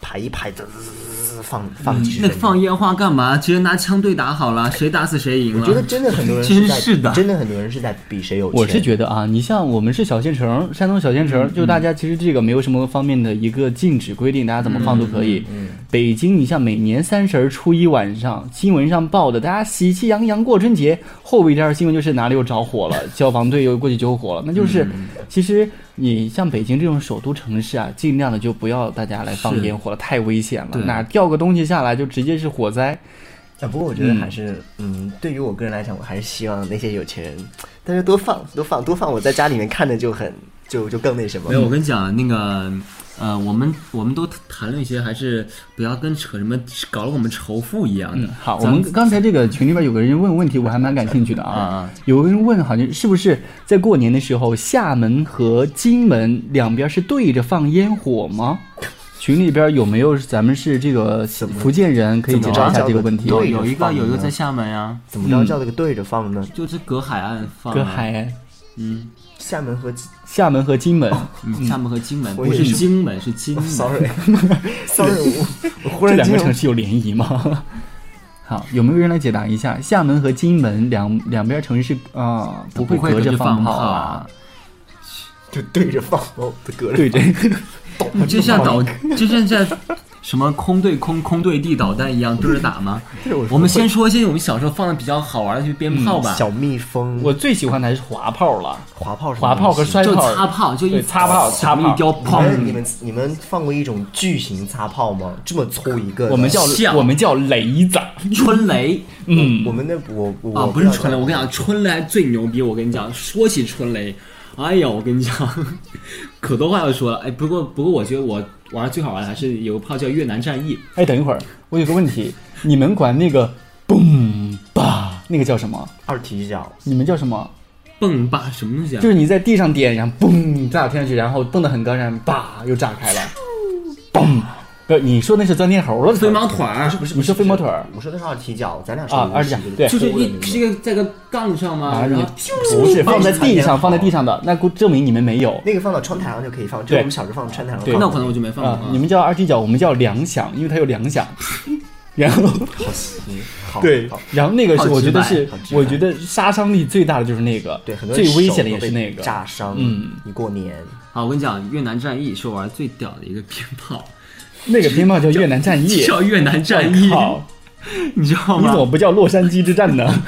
[SPEAKER 5] 排一排，滋滋滋滋滋放放几十
[SPEAKER 3] 嗯那
[SPEAKER 5] 分钟。
[SPEAKER 3] 放烟花干嘛？直接拿枪对打好了，谁打死谁赢了。
[SPEAKER 5] 我觉得真的很多人是在，
[SPEAKER 3] 真是的
[SPEAKER 5] 真的很多人是在比谁有钱。
[SPEAKER 4] 我是嗯觉得啊，你像我们是小县城，山东小县城，就大家其实这个没有什么方面的一个禁止规定，大家怎么放都可以。北京，你像每年三十儿、初一晚上，新闻上报的，大家喜气洋洋过春节，后一条新闻就是哪里又着火了，消防队又过去救火了，那就是，其实你像北京这种首都城市啊，尽量的就不要大家来放
[SPEAKER 3] 是
[SPEAKER 4] 烟火了，太危险了
[SPEAKER 3] 对，
[SPEAKER 4] 哪掉个东西下来就直接是火灾。
[SPEAKER 5] 啊，不过我觉得还是，嗯对于我个人来讲，我还是希望那些有钱人，但是多放多放多放，我在家里面看着就很就就更那什么
[SPEAKER 3] 没。有，我跟你讲，那个，呃，我们我们都谈论一些，还是不要跟扯什么，搞得我们仇富一样的。
[SPEAKER 4] 嗯好，我
[SPEAKER 3] 咱
[SPEAKER 4] 们刚才这个群里边有个人问问题，我还蛮感兴趣的
[SPEAKER 3] 啊
[SPEAKER 4] 啊
[SPEAKER 3] 啊。
[SPEAKER 4] 有个人问，好像是不是在过年的时候，厦门和金门两边是对着放烟火吗？群里边有没有咱们是这个福建人可以解答一下这个问题？
[SPEAKER 3] 有
[SPEAKER 5] 对着
[SPEAKER 3] 有一个
[SPEAKER 5] 放
[SPEAKER 3] 有一个
[SPEAKER 5] 呢
[SPEAKER 3] 在厦门呀、
[SPEAKER 5] 怎么着叫这个对着放呢？
[SPEAKER 3] 就是隔海岸放、啊。
[SPEAKER 4] 隔海、
[SPEAKER 5] 厦门 [laughs] 和金
[SPEAKER 4] 厦门和金门，
[SPEAKER 3] 嗯，厦门和金门
[SPEAKER 5] 我
[SPEAKER 3] 不
[SPEAKER 5] 以
[SPEAKER 3] 是
[SPEAKER 5] 为是
[SPEAKER 3] 金门，是金门。
[SPEAKER 5] ，sorry sorry，我我忽
[SPEAKER 4] [laughs]
[SPEAKER 5] 然
[SPEAKER 4] 这两
[SPEAKER 5] 间
[SPEAKER 4] 个城市有联谊吗？ [laughs] 好，有没有人来解答一下？厦门和金门两两边城市啊、不会
[SPEAKER 3] 不会
[SPEAKER 4] 隔
[SPEAKER 3] 隔
[SPEAKER 4] 着
[SPEAKER 3] 着
[SPEAKER 4] 放
[SPEAKER 3] 放
[SPEAKER 4] 炮
[SPEAKER 3] 炮
[SPEAKER 4] 啊
[SPEAKER 3] 啊？
[SPEAKER 5] 就对着放，我隔着
[SPEAKER 4] 对着。
[SPEAKER 3] 你 [laughs] 就像
[SPEAKER 4] [laughs]
[SPEAKER 3] 导，就像在什么空对空、空对地导弹一样对着打
[SPEAKER 4] [laughs]
[SPEAKER 3] 吗？我们先说一些我们小时候放的比较好玩的，就是鞭炮
[SPEAKER 4] 嗯
[SPEAKER 3] 吧，
[SPEAKER 5] 小蜜蜂，
[SPEAKER 4] 我最喜欢的还是滑炮了。
[SPEAKER 5] 滑炮是
[SPEAKER 4] 滑炮和摔
[SPEAKER 3] 就
[SPEAKER 4] 炮，
[SPEAKER 3] 擦炮，就一
[SPEAKER 4] 对擦炮擦炮
[SPEAKER 3] 一雕
[SPEAKER 5] 你们你
[SPEAKER 3] 砰，
[SPEAKER 5] 们你们放过一种巨型擦炮吗？这么粗一个的，
[SPEAKER 4] 我们叫
[SPEAKER 3] 像
[SPEAKER 4] 我们叫雷子，
[SPEAKER 3] 春
[SPEAKER 4] [laughs]
[SPEAKER 3] 雷。
[SPEAKER 4] 嗯，
[SPEAKER 5] 我们那我我
[SPEAKER 3] 啊，
[SPEAKER 5] 我
[SPEAKER 3] 不是
[SPEAKER 5] 知道
[SPEAKER 3] 春雷，我跟你讲，春雷还最牛逼。我跟你讲，说起春雷，哎呀，我跟你讲， [laughs] 可多话要说了。哎，不过不过，我觉得我玩最好玩的还是有个炮叫越南战役，
[SPEAKER 4] 哎，等一会儿，我有个问题，你们管那个嘣吧，那个叫什么？
[SPEAKER 5] 二踢脚，
[SPEAKER 4] 你们叫什么？
[SPEAKER 3] 蹦吧什么东西啊
[SPEAKER 4] 就？是你在地上点，然后嘣炸到天上去，然后蹦得很高，然后叭又炸开了，嘣。不是，你说那是钻天猴了，
[SPEAKER 3] 飞毛腿儿，
[SPEAKER 5] 不是
[SPEAKER 4] 你说飞毛腿儿
[SPEAKER 5] 我说的是二踢脚，咱俩说
[SPEAKER 4] 啊
[SPEAKER 5] 的
[SPEAKER 4] 二
[SPEAKER 5] 是
[SPEAKER 4] 踢脚
[SPEAKER 5] 一个
[SPEAKER 4] 对
[SPEAKER 3] 就是
[SPEAKER 5] 粗的
[SPEAKER 3] 一
[SPEAKER 5] 那个
[SPEAKER 3] 是一个在个杠上嘛，然后
[SPEAKER 4] 啊不是放在地上，
[SPEAKER 5] 哦
[SPEAKER 4] 放在地上的，那估证明你们没有。
[SPEAKER 5] 那个放到窗台上就可以放，就
[SPEAKER 4] 对
[SPEAKER 5] 是我们小时候放窗台上
[SPEAKER 4] 对
[SPEAKER 5] 放。
[SPEAKER 3] 那我可能我就没放过
[SPEAKER 4] 啊、
[SPEAKER 3] 啊。
[SPEAKER 4] 你们叫二踢脚，我们叫两响，因为它有
[SPEAKER 3] [laughs]
[SPEAKER 4] 两响。然后
[SPEAKER 5] 嗯好，
[SPEAKER 4] 对
[SPEAKER 5] 好，
[SPEAKER 4] 然后那个是
[SPEAKER 3] 好直
[SPEAKER 4] 我觉得
[SPEAKER 3] 白
[SPEAKER 4] 是
[SPEAKER 5] 好，直白
[SPEAKER 4] 我觉得杀伤力最大的就是那个，
[SPEAKER 5] 对，很多人
[SPEAKER 4] 最危
[SPEAKER 5] 手
[SPEAKER 4] 险的
[SPEAKER 5] 都
[SPEAKER 4] 也是
[SPEAKER 5] 被
[SPEAKER 4] 那个
[SPEAKER 5] 炸伤。
[SPEAKER 4] 嗯，
[SPEAKER 5] 一过年
[SPEAKER 3] 好，我跟你讲，越南战役是我玩最屌的一个鞭炮，
[SPEAKER 4] 那个鞭炮叫越南
[SPEAKER 5] [laughs]
[SPEAKER 4] 战役，
[SPEAKER 3] 叫越南战役
[SPEAKER 4] 我，靠
[SPEAKER 3] 你知道
[SPEAKER 4] 你怎么
[SPEAKER 3] 吗？
[SPEAKER 4] 不叫洛杉矶之战呢？
[SPEAKER 5] [laughs]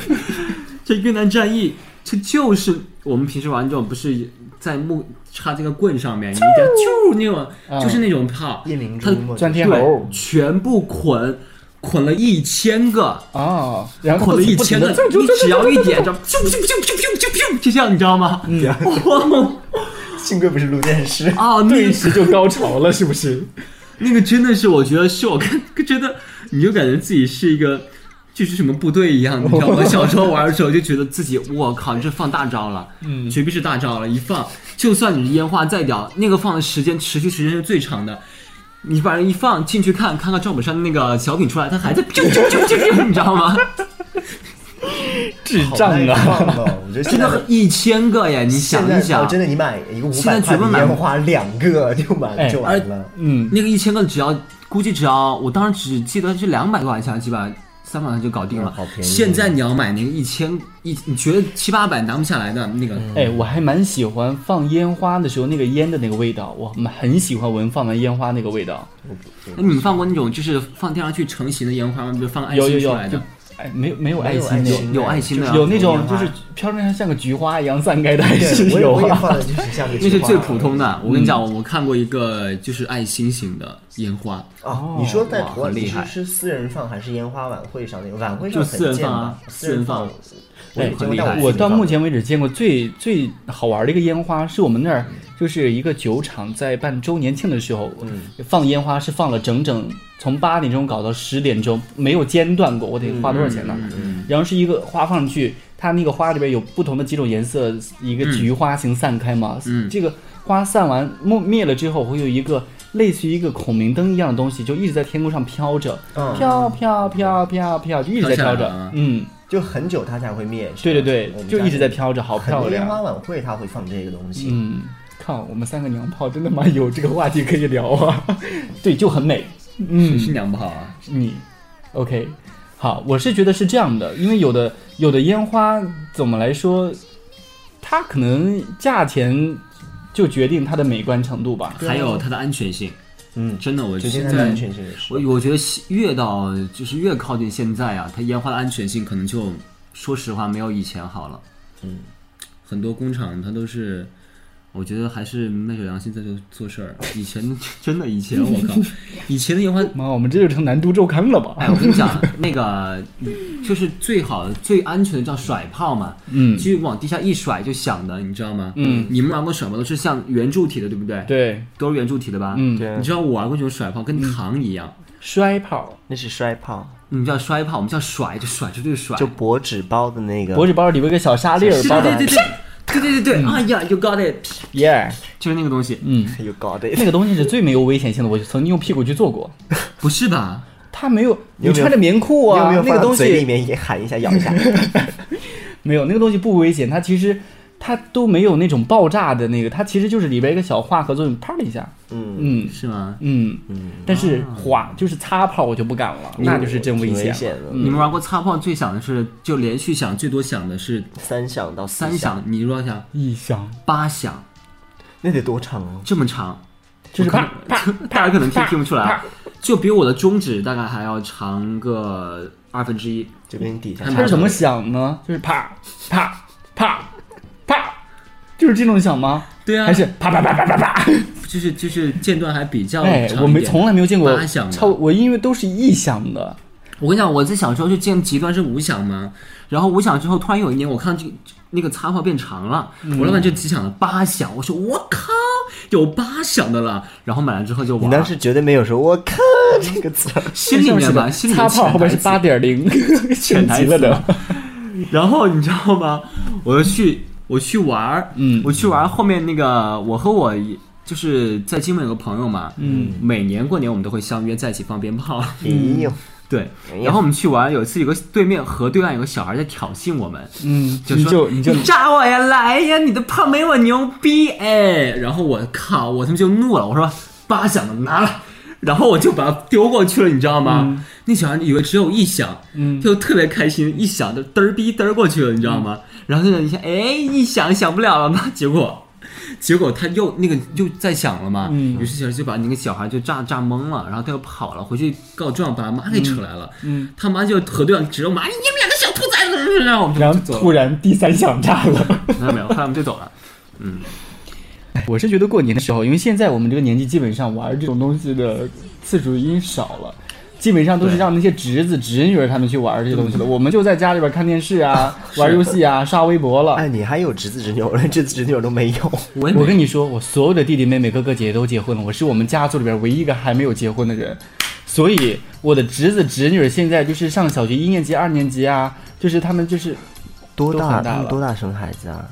[SPEAKER 3] 这越南战役，这就是我们平时玩这种，不是在木插这个棍上面，你点啾那种，就是那种炮，
[SPEAKER 5] 夜明珠
[SPEAKER 3] 它
[SPEAKER 5] 嘛，
[SPEAKER 4] 钻天
[SPEAKER 3] 对
[SPEAKER 4] 猴，
[SPEAKER 3] 全部捆捆了一千个，
[SPEAKER 4] 哦，然后
[SPEAKER 3] 捆了一千个，
[SPEAKER 4] 不
[SPEAKER 3] 你
[SPEAKER 4] 停地
[SPEAKER 3] 只要一点，
[SPEAKER 4] [laughs]
[SPEAKER 3] 就咻咻咻咻咻咻咻，就这样，你知道吗？哇
[SPEAKER 5] 幸亏不是录电视。
[SPEAKER 4] [laughs]
[SPEAKER 3] 啊，那
[SPEAKER 4] 顿时就高潮了，是不是？
[SPEAKER 3] 那个真的是，我觉得是我 [laughs] 看，觉得你就感觉自己是一个。就是什么部队一样，你知道吗？
[SPEAKER 5] [laughs]
[SPEAKER 3] 小时候玩的时候就觉得自己，我靠，你这放大招了，嗯，绝逼是大招了。一放，就算你烟花再屌，那个放的时间持续时间是最长的。你把人一放进去看，看看赵本山的那个小品出来，他还在啾啾啾啾啾，你知道吗？
[SPEAKER 4] 智
[SPEAKER 5] 好
[SPEAKER 4] 障
[SPEAKER 5] 耐
[SPEAKER 4] 啊！
[SPEAKER 5] 放哦！我觉得
[SPEAKER 3] 真
[SPEAKER 5] 现在
[SPEAKER 3] 的一千个耶！你
[SPEAKER 5] 现
[SPEAKER 3] 想
[SPEAKER 5] 在
[SPEAKER 3] 一想，
[SPEAKER 5] 哦真的，你买一个五
[SPEAKER 3] 现
[SPEAKER 5] 百块
[SPEAKER 3] 在绝不
[SPEAKER 5] 的
[SPEAKER 3] 买
[SPEAKER 5] 烟花，两个就买
[SPEAKER 4] 哎
[SPEAKER 5] 就完了。
[SPEAKER 4] [laughs] 嗯，
[SPEAKER 3] 那个一千个只要估计只要，我当时只记得是两百多块钱，基本上三百块钱就搞定了。
[SPEAKER 5] 嗯好便宜
[SPEAKER 3] 现在你要买那个一千一，你觉得七八百拿不下来的那个，嗯
[SPEAKER 4] 哎，我还蛮喜欢放烟花的时候那个烟的那个味道，我蛮很喜欢闻放完烟花那个味道。
[SPEAKER 3] 哎你们放过那种就是放电上去成型的烟花吗？比如放爱
[SPEAKER 4] 有有
[SPEAKER 3] 心出
[SPEAKER 4] 有
[SPEAKER 3] 来，
[SPEAKER 4] 就
[SPEAKER 3] 的，
[SPEAKER 4] 哎，没有没有爱
[SPEAKER 5] 有
[SPEAKER 4] 心
[SPEAKER 5] 爱
[SPEAKER 4] 的，
[SPEAKER 5] 心
[SPEAKER 3] 有爱心的
[SPEAKER 4] 有那种
[SPEAKER 5] 烟
[SPEAKER 4] 就
[SPEAKER 5] 花
[SPEAKER 4] 是飘着像个菊花一样散开的，
[SPEAKER 3] 哎
[SPEAKER 4] 还 [laughs] 是
[SPEAKER 5] 对，我也
[SPEAKER 4] 有
[SPEAKER 5] 我也
[SPEAKER 4] 啊。
[SPEAKER 5] 放的就是像
[SPEAKER 3] [laughs]
[SPEAKER 5] 个
[SPEAKER 3] 那是
[SPEAKER 5] 菊花
[SPEAKER 3] 最普通的。我跟你讲，我看过一个就是爱心型的烟花，
[SPEAKER 5] 哦。你说在
[SPEAKER 3] 哇
[SPEAKER 5] 土耳
[SPEAKER 3] 很
[SPEAKER 5] 其
[SPEAKER 3] 厉害
[SPEAKER 5] 是是私人放还是烟花晚会上那种？晚会上
[SPEAKER 3] 就私人
[SPEAKER 5] 很见
[SPEAKER 3] 放啊
[SPEAKER 5] 吧？
[SPEAKER 3] 私
[SPEAKER 5] 私
[SPEAKER 3] 人
[SPEAKER 5] 人
[SPEAKER 3] 放
[SPEAKER 5] 放，我
[SPEAKER 3] 哎
[SPEAKER 5] 有见
[SPEAKER 3] 很
[SPEAKER 5] 过
[SPEAKER 3] 厉
[SPEAKER 5] 但
[SPEAKER 3] 害
[SPEAKER 5] 自
[SPEAKER 4] 我
[SPEAKER 5] 己
[SPEAKER 4] 到
[SPEAKER 5] 放
[SPEAKER 4] 目前为止见过最最好玩的一个烟花，是我们那儿就是一个酒厂在办周年庆的时候，
[SPEAKER 5] 嗯
[SPEAKER 4] 放烟花是放了整整从八点钟搞到十点钟，没有间断过。我得花多少钱呢？
[SPEAKER 5] 嗯
[SPEAKER 3] 嗯
[SPEAKER 4] 然后是一个花放上去，它那个花里边有不同的几种颜色，一
[SPEAKER 5] 嗯
[SPEAKER 4] 个菊花型散开嘛。
[SPEAKER 3] 嗯
[SPEAKER 4] 这个花散完灭灭了之后，会有一个类似于一个孔明灯一样的东西，就一直在天空上飘着，
[SPEAKER 5] 嗯
[SPEAKER 4] 飘飘飘飘飘，就一直
[SPEAKER 3] 飘
[SPEAKER 4] 在
[SPEAKER 3] 下
[SPEAKER 4] 飘
[SPEAKER 3] 来
[SPEAKER 4] 着。
[SPEAKER 3] 了啊
[SPEAKER 4] 嗯。
[SPEAKER 5] 就很久它才会灭。是吧
[SPEAKER 4] 对对对
[SPEAKER 5] 我，们
[SPEAKER 4] 就
[SPEAKER 5] 家
[SPEAKER 4] 一直
[SPEAKER 5] 里
[SPEAKER 4] 在飘着，好
[SPEAKER 5] 很
[SPEAKER 4] 漂
[SPEAKER 5] 多烟花
[SPEAKER 4] 亮。
[SPEAKER 5] 晚会它会放这个东西。
[SPEAKER 4] 嗯，靠，我们三个娘炮真的妈有这个话题可以聊啊！ [laughs] 对，就很美。
[SPEAKER 3] 谁
[SPEAKER 4] 嗯，
[SPEAKER 3] 是娘不好啊？
[SPEAKER 4] 你 OK？好，我是觉得是这样的，因为有的有的烟花怎么来说，它可能价钱就决定它的美观程度吧。
[SPEAKER 3] 还有它的安全性，
[SPEAKER 5] 嗯，
[SPEAKER 3] 真的，我
[SPEAKER 5] 就现
[SPEAKER 3] 现
[SPEAKER 5] 在的
[SPEAKER 3] 在
[SPEAKER 5] 安全性也是
[SPEAKER 3] 我。我觉得越到就是越靠近现在啊，它烟花的安全性可能就说实话没有以前好了。
[SPEAKER 5] 嗯，
[SPEAKER 3] 很多工厂它都是，我觉得还是昧着良心在做做事儿。以前真的以前我
[SPEAKER 4] [laughs]
[SPEAKER 3] 靠，以前的烟花，
[SPEAKER 4] 妈，我们这就成南都周刊了吧？
[SPEAKER 3] 哎，我跟你讲，那个就是最好最安全的叫甩炮嘛，
[SPEAKER 4] 嗯
[SPEAKER 3] 就往地下一甩就响的，你知道吗？
[SPEAKER 4] 嗯
[SPEAKER 3] 你们玩过甩炮都是像圆柱体的，对不对？，
[SPEAKER 4] 对，
[SPEAKER 3] 都是圆柱体的吧？
[SPEAKER 4] 嗯，
[SPEAKER 5] 对
[SPEAKER 3] 你知道我玩过这种甩炮，跟糖一样。
[SPEAKER 4] 摔炮，
[SPEAKER 5] 那是摔炮，
[SPEAKER 3] 你们叫摔炮，我们叫甩，就甩出去甩，
[SPEAKER 5] 就薄纸包的那个。
[SPEAKER 4] 脖子包里边有个小沙粒儿
[SPEAKER 3] 对，
[SPEAKER 4] 包
[SPEAKER 3] 对对
[SPEAKER 4] 的，
[SPEAKER 3] 对对对对对，哎呀，you got it，
[SPEAKER 4] 耶，
[SPEAKER 3] 就是那个东西，
[SPEAKER 4] 嗯，
[SPEAKER 5] You got
[SPEAKER 4] 那
[SPEAKER 5] it。
[SPEAKER 4] 个东西是最没有危险性的，我就曾经用屁股去做过。
[SPEAKER 3] 不是吧？
[SPEAKER 4] 它没有，
[SPEAKER 5] 你有没有
[SPEAKER 4] 你穿着棉裤
[SPEAKER 5] 你有
[SPEAKER 4] 啊，
[SPEAKER 5] 没有
[SPEAKER 4] 那
[SPEAKER 5] 放
[SPEAKER 4] 个
[SPEAKER 5] 到
[SPEAKER 4] 东
[SPEAKER 5] 嘴里
[SPEAKER 4] 西
[SPEAKER 5] 面也喊一下咬一下？
[SPEAKER 4] [laughs] 没有，那个东西不危险，它其实它都没有那种爆炸的那个，它其实就是里边一个小化合作用，啪的一下，
[SPEAKER 5] 嗯，
[SPEAKER 4] 嗯
[SPEAKER 3] 是吗？
[SPEAKER 4] 嗯但是
[SPEAKER 3] 啊
[SPEAKER 4] 滑就是擦炮我就不敢了，那就是真
[SPEAKER 5] 嗯挺
[SPEAKER 4] 危
[SPEAKER 5] 危
[SPEAKER 4] 险
[SPEAKER 5] 的。
[SPEAKER 4] 了。嗯
[SPEAKER 5] 嗯
[SPEAKER 3] 你们玩过擦炮最响的是，就连续响最多响的是
[SPEAKER 5] 三响到四
[SPEAKER 3] 三响，你多少响？
[SPEAKER 4] 异响
[SPEAKER 3] 八响，
[SPEAKER 5] 那得多长哦？
[SPEAKER 3] 这么长，
[SPEAKER 4] 就是
[SPEAKER 3] 我可
[SPEAKER 4] 啪
[SPEAKER 3] 能
[SPEAKER 4] 啪
[SPEAKER 3] 大家可能听 [laughs]
[SPEAKER 4] 啪
[SPEAKER 3] 听不出来啊
[SPEAKER 4] 啪，
[SPEAKER 3] 就比我的中指大概还要长个二分之一。
[SPEAKER 5] 就跟底下
[SPEAKER 3] 它
[SPEAKER 4] 它是怎么响呢？就是啪啪啪啪，就是这种响吗？
[SPEAKER 3] 对啊，
[SPEAKER 4] 还是啪啪啪啪啪啪？
[SPEAKER 3] 就是就是间断还比较长一
[SPEAKER 4] 哎
[SPEAKER 3] 点，
[SPEAKER 4] 我没从来没有见过
[SPEAKER 3] 八响的
[SPEAKER 4] 超，我因为都是异响的，
[SPEAKER 3] 我跟你讲，我在小时候就见极端是五响嘛，然后五响之后，突然有一年我看这个那个擦炮变长了，
[SPEAKER 4] 嗯
[SPEAKER 3] 我老板就只响了八响，我说我靠，有八响的了，然后买了之后就
[SPEAKER 5] 你
[SPEAKER 3] 玩，
[SPEAKER 5] 当时绝对没有说“我靠”这个词儿，
[SPEAKER 3] 心里面吧，
[SPEAKER 4] 上
[SPEAKER 3] 心
[SPEAKER 4] 是
[SPEAKER 3] 里
[SPEAKER 4] 擦
[SPEAKER 3] 面
[SPEAKER 4] 炮后边是八
[SPEAKER 3] 潜
[SPEAKER 4] 点零，升 [laughs]
[SPEAKER 3] 台
[SPEAKER 4] 级
[SPEAKER 3] 词
[SPEAKER 4] 了的。
[SPEAKER 3] 然后你知道吗？我就去我去玩儿，
[SPEAKER 4] 嗯
[SPEAKER 3] 我去玩儿后面那个我和我就是在金门有个朋友嘛，
[SPEAKER 4] 嗯，
[SPEAKER 3] 每年过年我们都会相约在一起放鞭炮。 [laughs]
[SPEAKER 5] 哎呦，
[SPEAKER 3] 对
[SPEAKER 5] 哎，呀
[SPEAKER 3] 然后我们去玩，有一次有个对面河对岸有个小孩在挑衅我们，
[SPEAKER 4] 嗯，
[SPEAKER 3] 就
[SPEAKER 4] 你
[SPEAKER 3] 说
[SPEAKER 4] 就你就
[SPEAKER 3] [laughs] 扎我呀，来呀，你的炮没我牛逼哎！然后我靠，我他妈就怒了，我说八响的拿来，然后我就把它丢过去了，你知道吗？那小孩以为只有一响，
[SPEAKER 4] 嗯
[SPEAKER 3] 他就特别开心，一响就嘚儿逼嘚儿过去了，你知道吗？
[SPEAKER 4] 嗯
[SPEAKER 3] 然后那个一下，哎，一响响不了了嘛， [laughs] 结果。结果他又那个又再响了嘛，
[SPEAKER 4] 嗯
[SPEAKER 3] 于是小孩就把那个小孩就炸炸懵了，然后他又跑了，回去告状，把他妈给扯来了。
[SPEAKER 4] 嗯
[SPEAKER 3] 他妈就和对方指着我妈，你们两个小兔崽子，然后我们就
[SPEAKER 4] 然后
[SPEAKER 3] 就走了
[SPEAKER 4] 突然第三响炸了。 [laughs]
[SPEAKER 3] 没有没有，后来我们就走了。
[SPEAKER 4] 我是觉得过年的时候，因为现在我们这个年纪基本上玩这种东西的次数已经少了。基本上都是让那些侄子侄女儿他们去玩这些东西的，我们就在家里边看电视
[SPEAKER 3] [laughs]
[SPEAKER 4] 啊、玩游戏啊、刷微博了。
[SPEAKER 5] 哎，你还有侄子侄女，我连侄子侄女都没有。
[SPEAKER 3] 我也
[SPEAKER 4] [laughs] 我
[SPEAKER 3] 没
[SPEAKER 4] 跟你说，我所有的弟弟妹妹、哥哥姐姐都结婚了，我是我们家族里边唯一一个还没有结婚的人，所以我的侄子侄女现在就是上小学一年级、二年级啊，就是他们就是
[SPEAKER 5] 多
[SPEAKER 4] 都
[SPEAKER 5] 大？
[SPEAKER 4] 很大
[SPEAKER 5] 他们
[SPEAKER 4] 了
[SPEAKER 5] 多大生孩子啊？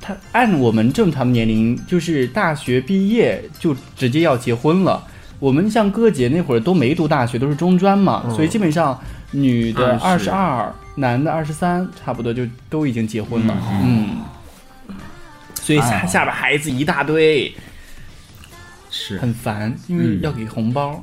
[SPEAKER 4] 他按我们正常年龄，就是大学毕业就直接要结婚了。我们像哥姐那会儿都没读大学，都是中专嘛，所以基本上女的二十
[SPEAKER 3] 20
[SPEAKER 4] 二，男的二十三，差不多就都已经结婚了。嗯，所以
[SPEAKER 3] 哎
[SPEAKER 4] 下
[SPEAKER 3] 呀
[SPEAKER 4] 下边孩子一大堆，
[SPEAKER 3] 是
[SPEAKER 4] 很烦，因为
[SPEAKER 3] 嗯
[SPEAKER 4] 要给红包，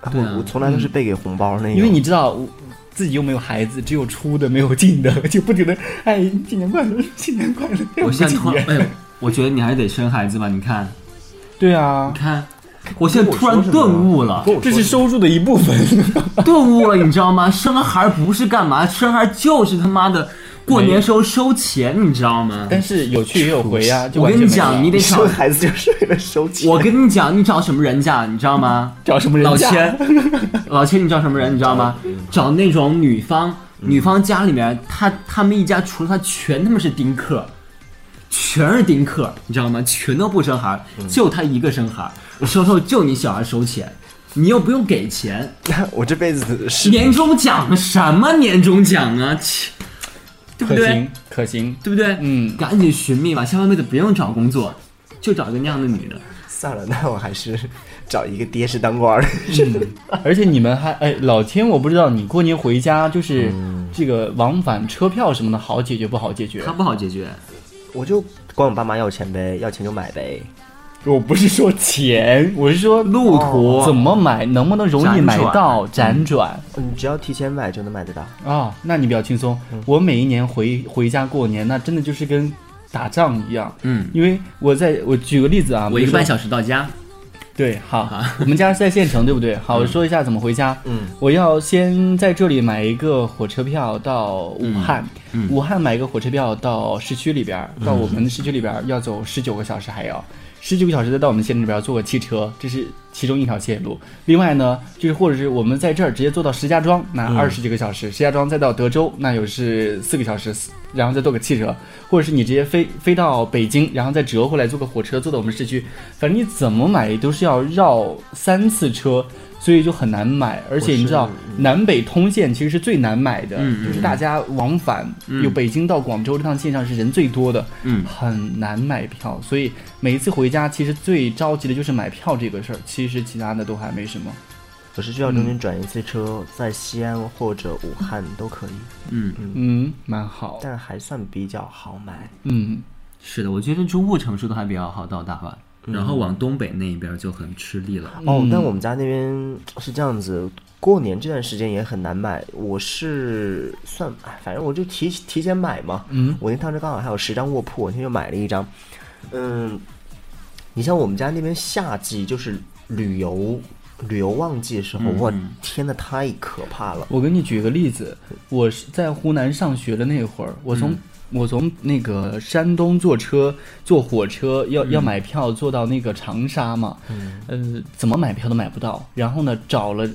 [SPEAKER 5] 啊
[SPEAKER 3] 对啊
[SPEAKER 5] 我我从来都是被给红包那种。
[SPEAKER 4] 因为你知道。我自己又没有孩子，只有出的没 [laughs] 有进的，就不停的哎，新年快乐，新年快乐。
[SPEAKER 3] 我现在突
[SPEAKER 4] 不进
[SPEAKER 3] 然，
[SPEAKER 4] 园
[SPEAKER 3] 哎呦，我觉得你还得生孩子吧？你看，
[SPEAKER 4] 对啊
[SPEAKER 3] 你，看，我现在突然顿悟了，
[SPEAKER 5] 跟我
[SPEAKER 4] 这
[SPEAKER 5] 说
[SPEAKER 4] 是收入的一部分。 [laughs]
[SPEAKER 3] 顿悟了，你知道吗？生孩儿不是干嘛，生孩儿就是他妈的过年时候收钱，你知道吗？
[SPEAKER 4] 但是有去也有回 [laughs] 呀、就
[SPEAKER 3] 我
[SPEAKER 4] 完
[SPEAKER 3] 跟
[SPEAKER 4] 全
[SPEAKER 3] 你
[SPEAKER 4] 没了
[SPEAKER 3] 讲，你得找
[SPEAKER 5] [laughs] 生，孩子就是为了收钱。
[SPEAKER 3] 我跟你讲，你找什么人家，你知道吗？
[SPEAKER 4] 找什么人
[SPEAKER 3] 老
[SPEAKER 4] 家
[SPEAKER 3] 千，老千，你 [laughs] 知道什么人？你知道吗？找那种女方，女方家里面，他他们一家除了他，全他妈是丁克，全是丁克，你知道吗？全都不生孩儿，
[SPEAKER 4] 嗯
[SPEAKER 3] 就他一个生孩儿，收收就你小孩收钱，你又不用给钱，
[SPEAKER 5] [laughs] 我这辈子是
[SPEAKER 3] 年终奖啊什么年终奖啊？切对不
[SPEAKER 4] 可
[SPEAKER 3] 对
[SPEAKER 4] 行？可行，
[SPEAKER 3] 对不对？
[SPEAKER 4] 嗯
[SPEAKER 3] 赶紧寻觅吧，下半辈子不用找工作，就找一个那样的女的。
[SPEAKER 5] [laughs] 算了，那我还是找一个爹是当官儿 [laughs] 的。
[SPEAKER 4] 而且你们还哎，老千，我不知道你过年回家就是这个往返车票什么的好解决不好解决
[SPEAKER 3] 他？不好解决，
[SPEAKER 5] 我就管我爸妈要钱呗，要钱就买呗。
[SPEAKER 4] 我不是说钱，我是说哦
[SPEAKER 3] 路途、
[SPEAKER 4] 怎么买，能不能容易
[SPEAKER 3] 辗
[SPEAKER 4] 买
[SPEAKER 3] 转
[SPEAKER 4] 到，辗转
[SPEAKER 5] 嗯，只要提前买就能买得到。
[SPEAKER 4] 啊、那你比较轻松。
[SPEAKER 3] 嗯
[SPEAKER 4] 我每一年回回家过年，那真的就是跟打仗一样。
[SPEAKER 3] 嗯
[SPEAKER 4] 因为我在我举个例子啊，
[SPEAKER 3] 我一个
[SPEAKER 4] 比如说
[SPEAKER 3] 半小时到家，
[SPEAKER 4] 对，好，我们家是在县城，对不对？
[SPEAKER 3] 嗯
[SPEAKER 4] 好，我说一下怎么回家。
[SPEAKER 5] 嗯，
[SPEAKER 4] 我要先在这里买一个火车票到武汉，
[SPEAKER 3] 嗯
[SPEAKER 4] 武汉买一个火车票到市区里边儿，到我们市区里边儿要走十九个小时，还要十九个小时再到我们县里边儿坐个汽车，这是其中一条线路。另外呢，就是或者是我们在这儿直接坐到石家庄，
[SPEAKER 3] 嗯
[SPEAKER 4] 那二十几个小时；石家庄再到德州，那又是四个小时，然后再坐个汽车，或者是你直接飞飞到北京，然后再折回来坐个火车坐到我们市区。反正你怎么买都是要绕三次车，所以就很难买。而且你知道，南北通线其实是最难买的，
[SPEAKER 3] 嗯
[SPEAKER 4] 就是大家往返、有北京到广州这趟线上是人最多的，
[SPEAKER 3] 嗯
[SPEAKER 4] 很难买票。所以每一次回家，其实最着急的就是买票这个事儿，其实其他的都还没什么。
[SPEAKER 5] 我是需要中间转一次车，在西安或者武汉都可以，
[SPEAKER 3] 嗯，
[SPEAKER 4] 嗯，蛮好。
[SPEAKER 5] 但还算比较好买。
[SPEAKER 4] 嗯，
[SPEAKER 3] 是的，我觉得中部城市都还比较好到达吧，然后往东北那一边就很吃力了。
[SPEAKER 5] 哦，但我们家那边是这样子，过年这段时间也很难买。我是算，哎反正我就提提前买嘛。
[SPEAKER 4] 嗯，
[SPEAKER 5] 我那趟车刚好还有十张卧铺，我那天就买了一张。嗯，你像我们家那边夏季就是旅游旅游旺季的时候，我天呐，太可怕了。
[SPEAKER 4] 我给你举个例子，我是在湖南上学的那会儿，我从、我从那个山东坐车坐火车要、要买票坐到那个长沙嘛，呃，怎么买票都买不到，然后呢找了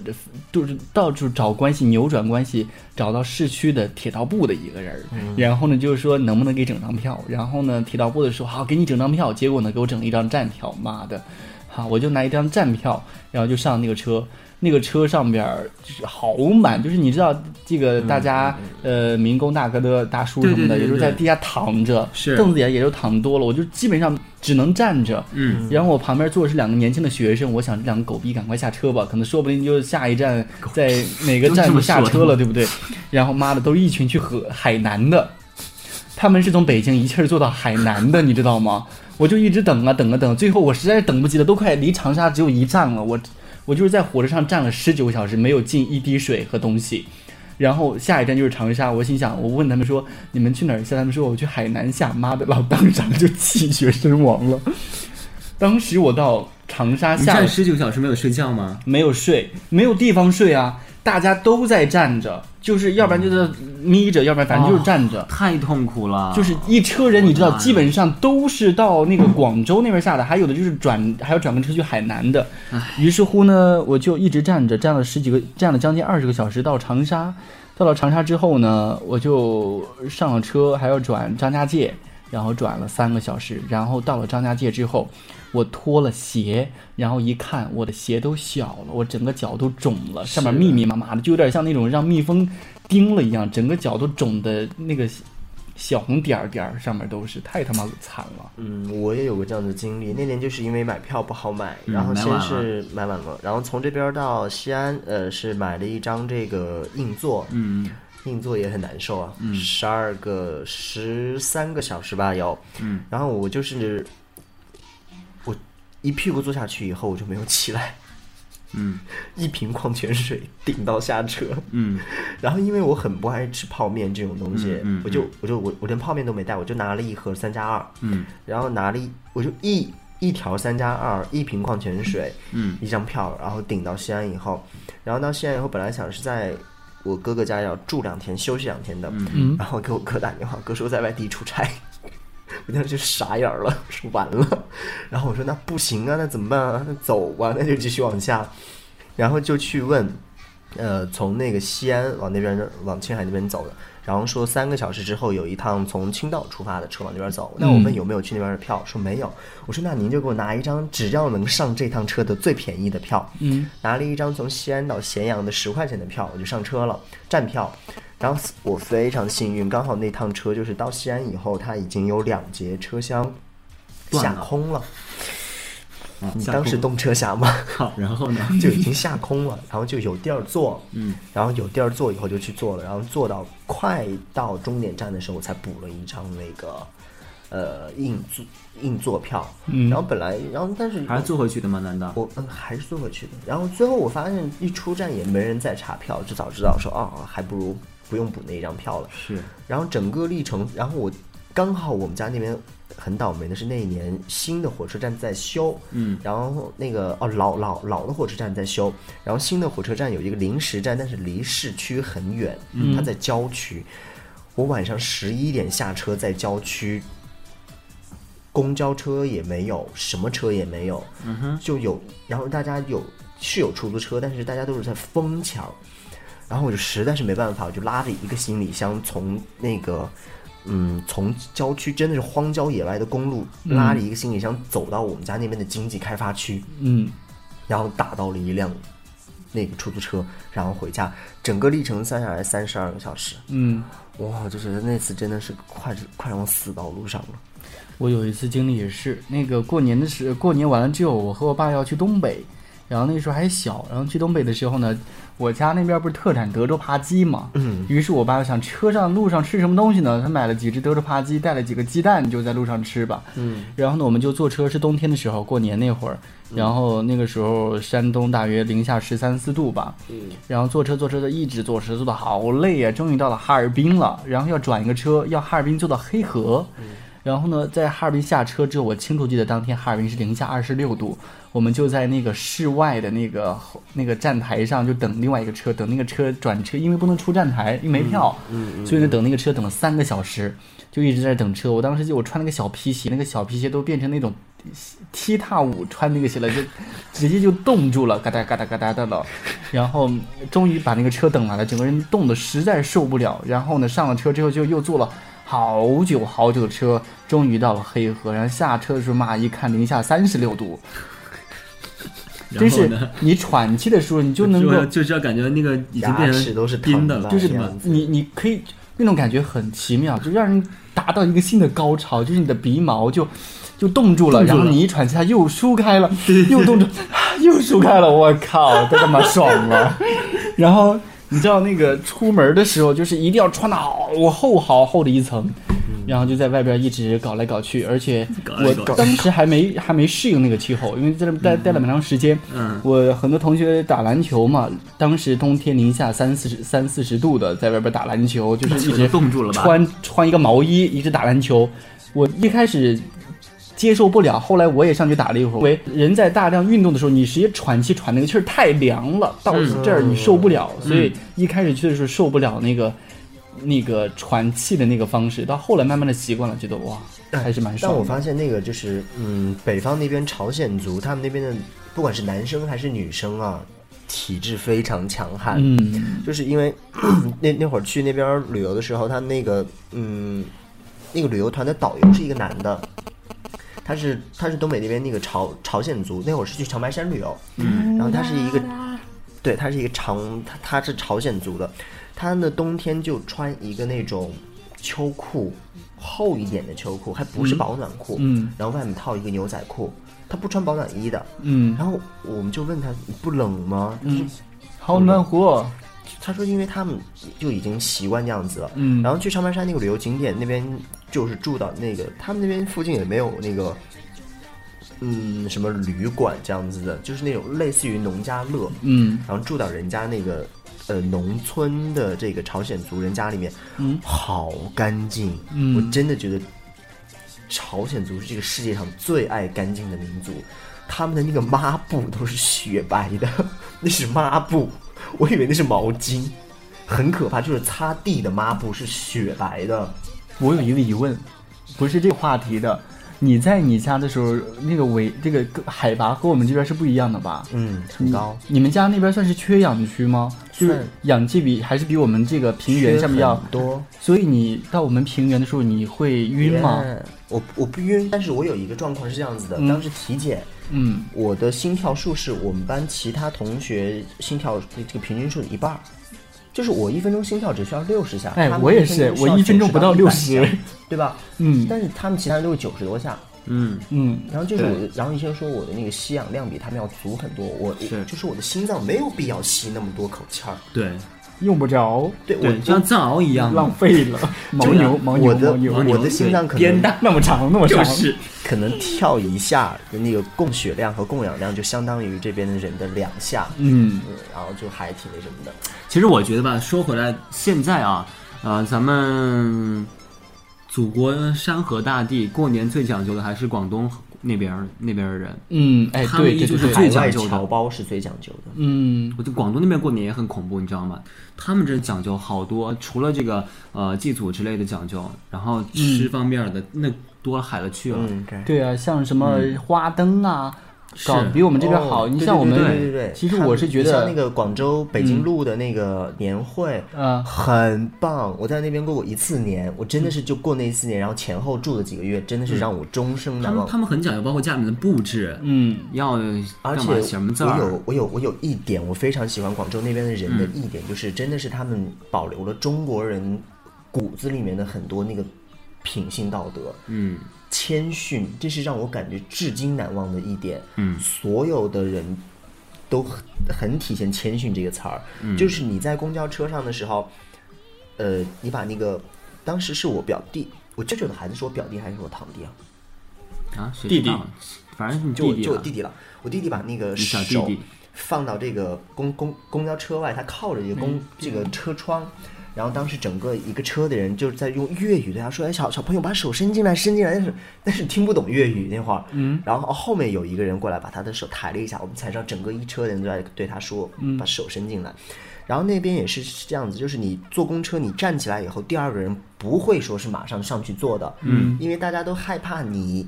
[SPEAKER 4] 就是到处找关系扭转关系，找到市区的铁道部的一个人儿，
[SPEAKER 3] 嗯
[SPEAKER 4] 然后呢就是说能不能给整张票，然后呢铁道部的说好给你整张票，结果呢给我整了一张站票，妈的。好，我就拿一张站票，然后就上那个车，那个车上边儿就是好满，就是你知道这个大家、呃民工大哥的大叔
[SPEAKER 3] 对
[SPEAKER 4] 什么
[SPEAKER 3] 嗯对
[SPEAKER 4] 的，
[SPEAKER 3] 对
[SPEAKER 4] 也就
[SPEAKER 3] 对
[SPEAKER 4] 在地下躺着，
[SPEAKER 3] 是
[SPEAKER 4] 凳子也也就躺多了，我就基本上只能站着。
[SPEAKER 3] 嗯，
[SPEAKER 4] 然后我旁边坐的是两个年轻的学生，我想这两个狗逼赶快下车吧，可能说不定就下一站在哪个站就下车了，对不对？然后妈的，都是一群去河海南的，他们是从北京一气儿坐到海南的，你知道吗？我就一直等啊等啊等，最后我实在是等不及了，都快离长沙只有一站了，我我就是在火车上站了十九个小时，没有进一滴水和东西。然后下一站就是长沙，我心想，我问他们说你们去哪儿下？他们说我去海南下。妈的，老当场就气血身亡了。当时我到长沙
[SPEAKER 3] 你
[SPEAKER 4] 下
[SPEAKER 3] 站
[SPEAKER 4] 了
[SPEAKER 3] 十九小时没有睡觉吗？
[SPEAKER 4] 没有睡，没有地方睡啊。大家都在站着，就是要不然就是眯着，要不然反正
[SPEAKER 3] 哦
[SPEAKER 4] 就是站着。
[SPEAKER 3] 太痛苦了，
[SPEAKER 4] 就是一车人，你知
[SPEAKER 3] 啊
[SPEAKER 4] 道
[SPEAKER 3] 我，的妈呀
[SPEAKER 4] 基本上都是到那个广州那边下的，还有的就是转，还要转个车去海南的。于是乎呢，我就一直站着，站了十几个，站了将近二十个小时，到长沙。到了长沙之后呢，我就上了车，还要转张家界，然后转了三个小时。然后到了张家界之后，我脱了鞋，然后一看我的鞋都小了，我整个脚都肿了，上面密密麻麻的，就有点像那种让蜜蜂叮了一样，整个脚都肿的那个小红点儿点儿上面都是，太他妈惨了。
[SPEAKER 5] 嗯，我也有过这样的经历。那年就是因为买票不好买，
[SPEAKER 3] 嗯
[SPEAKER 5] 然后
[SPEAKER 3] 买
[SPEAKER 5] 先
[SPEAKER 3] 晚
[SPEAKER 5] 是买晚了，然后从这边到西安，呃，是买了一张这个硬座，
[SPEAKER 3] 嗯，
[SPEAKER 5] 硬座也很难受啊，十二、个十三个小时吧有，
[SPEAKER 3] 嗯，
[SPEAKER 5] 然后我就是我一屁股坐下去以后我就没有起来， [laughs]
[SPEAKER 3] 嗯
[SPEAKER 5] 一瓶矿泉水顶到下车， [laughs]
[SPEAKER 3] 嗯
[SPEAKER 5] 然后因为我很不爱吃泡面这种东西，
[SPEAKER 3] 嗯嗯
[SPEAKER 5] 我就我就我我连泡面都没带，我就拿了一盒三加二，
[SPEAKER 3] 嗯
[SPEAKER 5] 然后拿了一我就一一条三加二，一瓶矿泉水，
[SPEAKER 3] 嗯
[SPEAKER 5] 一张票，然后顶到西安以后，然后到西安以后，本来想是在我哥哥家要住两天，休息两天的，
[SPEAKER 4] 嗯
[SPEAKER 5] 然后给我哥打电话，哥说在外地出差， [laughs] 我当时就傻眼儿了，说完了，然后我说那不行啊，那怎么办啊？那走吧，那就继续往下，然后就去问，呃，从那个西安往那边往青海那边走的，然后说三个小时之后有一趟从青岛出发的车往那边走。那我问有没有去那边的票，说没有。我说那您就给我拿一张只要能上这趟车的最便宜的票。
[SPEAKER 4] 嗯，
[SPEAKER 5] 拿了一张从西安到咸阳的十块钱的票，我就上车了，站票。然后我非常幸运，刚好那趟车就是到西安以后，它已经有两节车厢
[SPEAKER 3] 断
[SPEAKER 5] 下
[SPEAKER 3] 了
[SPEAKER 5] 空了。
[SPEAKER 3] 啊
[SPEAKER 5] 你
[SPEAKER 3] 下
[SPEAKER 5] 当时
[SPEAKER 3] 空
[SPEAKER 5] 动车侠
[SPEAKER 3] [laughs]
[SPEAKER 5] 吗？
[SPEAKER 3] 好，然后呢？
[SPEAKER 5] 就已经下空了，然后就有地儿坐，
[SPEAKER 3] 嗯，
[SPEAKER 5] 然后有地儿坐以后就去坐了，然后坐到快到终点站的时候，我才补了一张那个呃硬座硬座票，
[SPEAKER 4] 嗯
[SPEAKER 5] 然后本来然后但是
[SPEAKER 3] 还是坐回去的吗？难道？
[SPEAKER 5] 我嗯还是坐回去的，然后最后我发现一出站也没人再查票，就早知道说哦还不如不用补那一张票了，
[SPEAKER 3] 是，
[SPEAKER 5] 然后整个历程，然后我刚好我们家那边很倒霉的是那一年新的火车站在修，
[SPEAKER 3] 嗯
[SPEAKER 5] 然后那个哦老老老的火车站在修，然后新的火车站有一个临时站，但是离市区很远，它在郊区。我晚上十一点下车在郊区，公交车也没有，什么车也没有，就有，然后大家有是有出租车，但是大家都是在疯抢，然后我就实在是没办法，我就拉着一个行李箱从那个，嗯，从郊区真的是荒郊野外的公路，拉着一个行李箱走到我们家那边的经济开发区，
[SPEAKER 4] 嗯，
[SPEAKER 5] 然后打到了一辆那个出租车，然后回家，整个历程算下来三十二个小时，
[SPEAKER 4] 嗯，
[SPEAKER 5] 哇，我就觉得那次真的是快快让我死到路上了，
[SPEAKER 4] 我有一次经历也是，那个过年的时，过年完了之后，我和我爸要去东北，然后那时候还小，然后去东北的时候呢，我家那边不是特产德州扒鸡嘛，
[SPEAKER 5] 嗯
[SPEAKER 4] 于是我爸想车上路上吃什么东西呢？他买了几只德州扒鸡，带了几个鸡蛋，就在路上吃吧。
[SPEAKER 5] 嗯，
[SPEAKER 4] 然后呢，我们就坐车，是冬天的时候，过年那会儿，然后那个时候山东大约零下十三四度吧，
[SPEAKER 5] 嗯，
[SPEAKER 4] 然后坐车坐车的一直坐车坐的好累呀、终于到了哈尔滨了，然后要转一个车，要哈尔滨坐到黑河。然后呢，在哈尔滨下车之后，我清楚记得当天哈尔滨是零下二十六度，我们就在那个室外的那个候那个站台上就等另外一个车，等那个车转车，因为不能出站台，因为没票，所以呢等那个车等了三个小时，就一直在等车。我当时就我穿了个小皮鞋，那个小皮鞋都变成那种踢踏舞穿那个鞋了，就直接就冻住了，嘎哒嘎哒嘎哒的了。然后终于把那个车等来了，整个人冻得实在受不了。然后呢，上了车之后就又坐了好久好久的车，终于到了黑河。然后下车的时候嘛，一看零下三十六度，真
[SPEAKER 3] 然后
[SPEAKER 4] 是
[SPEAKER 3] [laughs] 呢？
[SPEAKER 4] 你喘气的时候你就
[SPEAKER 3] 就
[SPEAKER 4] 能够
[SPEAKER 3] 是就是要感觉那个已经变
[SPEAKER 5] 牙齿
[SPEAKER 3] 成
[SPEAKER 5] 都是
[SPEAKER 3] 冰的
[SPEAKER 5] 疼
[SPEAKER 3] 了，
[SPEAKER 5] 的
[SPEAKER 4] 就是
[SPEAKER 5] 这样子
[SPEAKER 4] 你你可以那种感觉很奇妙，就让人达到一个新的高潮，就是你的鼻毛就就冻住了，
[SPEAKER 3] 冻住
[SPEAKER 4] 然
[SPEAKER 3] 了
[SPEAKER 4] 后你一喘气，它又舒开了，又冻住， [laughs] 又舒开了，我靠，都他妈爽了。然后你知道那个出门的时候，就是一定要穿的好厚好厚的一层。然后就在外边一直搞来搞去，而且
[SPEAKER 3] 嗯搞来搞
[SPEAKER 4] 我
[SPEAKER 3] 去
[SPEAKER 4] 当时还没还没适应那个气候，因为在这待待了蛮长时间。
[SPEAKER 3] 嗯
[SPEAKER 4] 我很多同学打篮球嘛，当时冬天零下三四十三四十度的，在外边打篮球，就是一
[SPEAKER 3] 球
[SPEAKER 4] 直
[SPEAKER 3] 都冻住了吧
[SPEAKER 4] 穿穿一个毛衣一直打篮球。我一开始接受不了。后来我也上去打了一会儿，喂，人在大量运动的时候，你直接喘气喘那个气儿太凉了，到这儿你受不了，所以一开始去的时候受不了那个。那个喘气的那个方式，到后来慢慢的习惯了，觉得哇，还是蛮爽
[SPEAKER 5] 但
[SPEAKER 4] 的。
[SPEAKER 5] 我发现那个就是，嗯，北方那边朝鲜族，他们那边的不管是男生还是女生啊，体质非常强悍。
[SPEAKER 4] 嗯，
[SPEAKER 5] 就是因为 [clears throat] 那那会儿去那边旅游的时候，他那个嗯，那个旅游团的导游是一个男的，他是他是东北那边那个朝朝鲜族，那会儿是去长白山旅游，嗯，然后他是一个，对，他是一个长他他是朝鲜族的，他呢冬天就穿一个那种秋裤，厚一点的秋裤，还不是保暖裤，
[SPEAKER 4] 嗯
[SPEAKER 5] 然后外面套一个牛仔裤，他不穿保暖衣的，
[SPEAKER 4] 嗯
[SPEAKER 5] 然后我们就问他你不冷吗？他说
[SPEAKER 4] 好暖和。
[SPEAKER 5] 他说，因为他们就已经习惯这样子了，
[SPEAKER 4] 嗯
[SPEAKER 5] 然后去长白山那个旅游景点那边，就是住到那个他们那边附近也没有那个，嗯，什么旅馆这样子的，就是那种类似于农家乐，
[SPEAKER 4] 嗯，
[SPEAKER 5] 然后住到人家那个呃农村的这个朝鲜族人家里面，
[SPEAKER 4] 嗯
[SPEAKER 5] 好干净，
[SPEAKER 4] 嗯
[SPEAKER 5] 我真的觉得朝鲜族是这个世界上最爱干净的民族，他们的那个抹布都是雪白的， [laughs] 那是抹布，我以为那是毛巾，很可怕，就是擦地的抹布是雪白的，
[SPEAKER 4] 我有一个疑问，不是这个话题的。你在你家的时候，那个纬这个海拔和我们这边是不一样的吧？
[SPEAKER 5] 嗯，很高，
[SPEAKER 4] 你们家那边算是缺氧区吗？就是
[SPEAKER 5] 算
[SPEAKER 4] 氧气比还是比我们这个平原上面要
[SPEAKER 5] 缺很多。
[SPEAKER 4] 所以你到我们平原的时候，你会晕吗？
[SPEAKER 5] 耶我我不晕，但是我有一个状况是这样子的，
[SPEAKER 4] 嗯
[SPEAKER 5] 当时体检，
[SPEAKER 4] 嗯，
[SPEAKER 5] 我的心跳数是我们班其他同学心跳这个平均数的一半儿，就是我一分钟心跳只需要六十下，
[SPEAKER 4] 哎
[SPEAKER 5] 他们
[SPEAKER 4] 我也
[SPEAKER 5] 分钟
[SPEAKER 4] 是
[SPEAKER 5] 需要
[SPEAKER 4] 我一分钟
[SPEAKER 5] 90
[SPEAKER 4] 不到
[SPEAKER 5] 100
[SPEAKER 4] 60
[SPEAKER 5] 下， [laughs] 对吧？
[SPEAKER 4] 嗯
[SPEAKER 5] 但是他们其他人都是九十多下，
[SPEAKER 3] 嗯，
[SPEAKER 4] 嗯，
[SPEAKER 5] 然后就是我的，然后医生说我的那个吸氧量比他们要足很多，我
[SPEAKER 3] 是
[SPEAKER 5] 就是我的心脏没有必要吸那么多口气儿，
[SPEAKER 3] 对
[SPEAKER 4] 用不着，
[SPEAKER 5] 对我
[SPEAKER 3] 对，就像藏獒一样
[SPEAKER 4] 浪
[SPEAKER 3] 嘛，
[SPEAKER 4] 费了。 [laughs] 牦
[SPEAKER 5] 就是
[SPEAKER 4] 牛，牦牛，
[SPEAKER 5] 我
[SPEAKER 4] 牦
[SPEAKER 5] 的
[SPEAKER 4] 牛，
[SPEAKER 5] 我的心脏可
[SPEAKER 4] 鞭
[SPEAKER 5] 能
[SPEAKER 4] 大那么长，那么长，
[SPEAKER 3] 就是
[SPEAKER 5] 可能跳一下，那个供血量和供氧量就相当于这边的人的两下，
[SPEAKER 4] 嗯
[SPEAKER 5] 嗯，然后就还挺那什么的。
[SPEAKER 3] 其实我觉得吧，说回来，现在啊，呃，咱们祖国山河大地，过年最讲究的还是广东那边儿那边儿的人。
[SPEAKER 4] 嗯，哎，
[SPEAKER 3] 他们
[SPEAKER 4] 对
[SPEAKER 3] 依
[SPEAKER 4] 对
[SPEAKER 3] 旧
[SPEAKER 4] 对
[SPEAKER 3] 是
[SPEAKER 4] 对，
[SPEAKER 3] 最
[SPEAKER 5] 海外
[SPEAKER 3] 讲究的
[SPEAKER 5] 侨胞是最讲究的。
[SPEAKER 4] 嗯，
[SPEAKER 3] 我觉得广东那边过年也很恐怖，你知道吗？他们这讲究好多，除了这个呃祭祖之类的讲究，然后吃方面的、那多了海了去了。
[SPEAKER 5] 嗯，对。
[SPEAKER 4] 对啊，像什么花灯啊，
[SPEAKER 3] 是
[SPEAKER 4] 搞比我们这边好。
[SPEAKER 5] 嗯哦
[SPEAKER 4] 你像我们，
[SPEAKER 5] 对对对对对，
[SPEAKER 4] 其实我是觉
[SPEAKER 5] 他
[SPEAKER 4] 得
[SPEAKER 5] 们你像那个广州北京路的那个年会，
[SPEAKER 4] 嗯
[SPEAKER 5] 很棒。我在那边过过一次年，我真的是就过那一次年，然后前后住了几个月，真的是让我终生
[SPEAKER 3] 他
[SPEAKER 5] 难
[SPEAKER 3] 们
[SPEAKER 5] 忘。
[SPEAKER 3] 他们很讲究，包括家里面的布置，
[SPEAKER 4] 嗯
[SPEAKER 3] 要
[SPEAKER 5] 而
[SPEAKER 3] 干
[SPEAKER 5] 且
[SPEAKER 3] 嘛什么字
[SPEAKER 5] 我
[SPEAKER 3] 儿
[SPEAKER 5] 有，我有我有一点我非常喜欢广州那边的人
[SPEAKER 4] 嗯
[SPEAKER 5] 的一点，就是真的是他们保留了中国人骨子里面的很多那个品性道德。
[SPEAKER 3] 嗯，
[SPEAKER 5] 谦逊，这是让我感觉至今难忘的一点。
[SPEAKER 3] 嗯
[SPEAKER 5] 所有的人都很很体现谦逊这个词儿。嗯就是你在公交车上的时候，呃，你把那个当时是我表弟，我舅舅的孩子是我表弟还是我堂弟啊？
[SPEAKER 3] 啊，谁
[SPEAKER 4] 弟
[SPEAKER 3] 知
[SPEAKER 4] 弟
[SPEAKER 3] 道？反正是你
[SPEAKER 5] 就我
[SPEAKER 3] 弟弟
[SPEAKER 5] 就我
[SPEAKER 3] 了。
[SPEAKER 5] 弟弟了，我弟弟把那个
[SPEAKER 3] 你小
[SPEAKER 5] 手
[SPEAKER 3] 弟弟
[SPEAKER 5] 放到这个公公公交车外，他靠着一个公、这个车窗，然后当时整个一个车的人就是在用粤语对他说：“哎，小小朋友，把手伸进来，伸进来。”但是但是听不懂粤语那会儿，嗯，然后后面有一个人过来把他的手抬了一下，我们才知道整个一车的人都在对他说：“
[SPEAKER 3] 嗯
[SPEAKER 5] 把手伸进来。然后那边也是是这样子，就是你坐公车，你站起来以后，第二个人不会说是马上上去坐的，嗯，因为大家都害怕你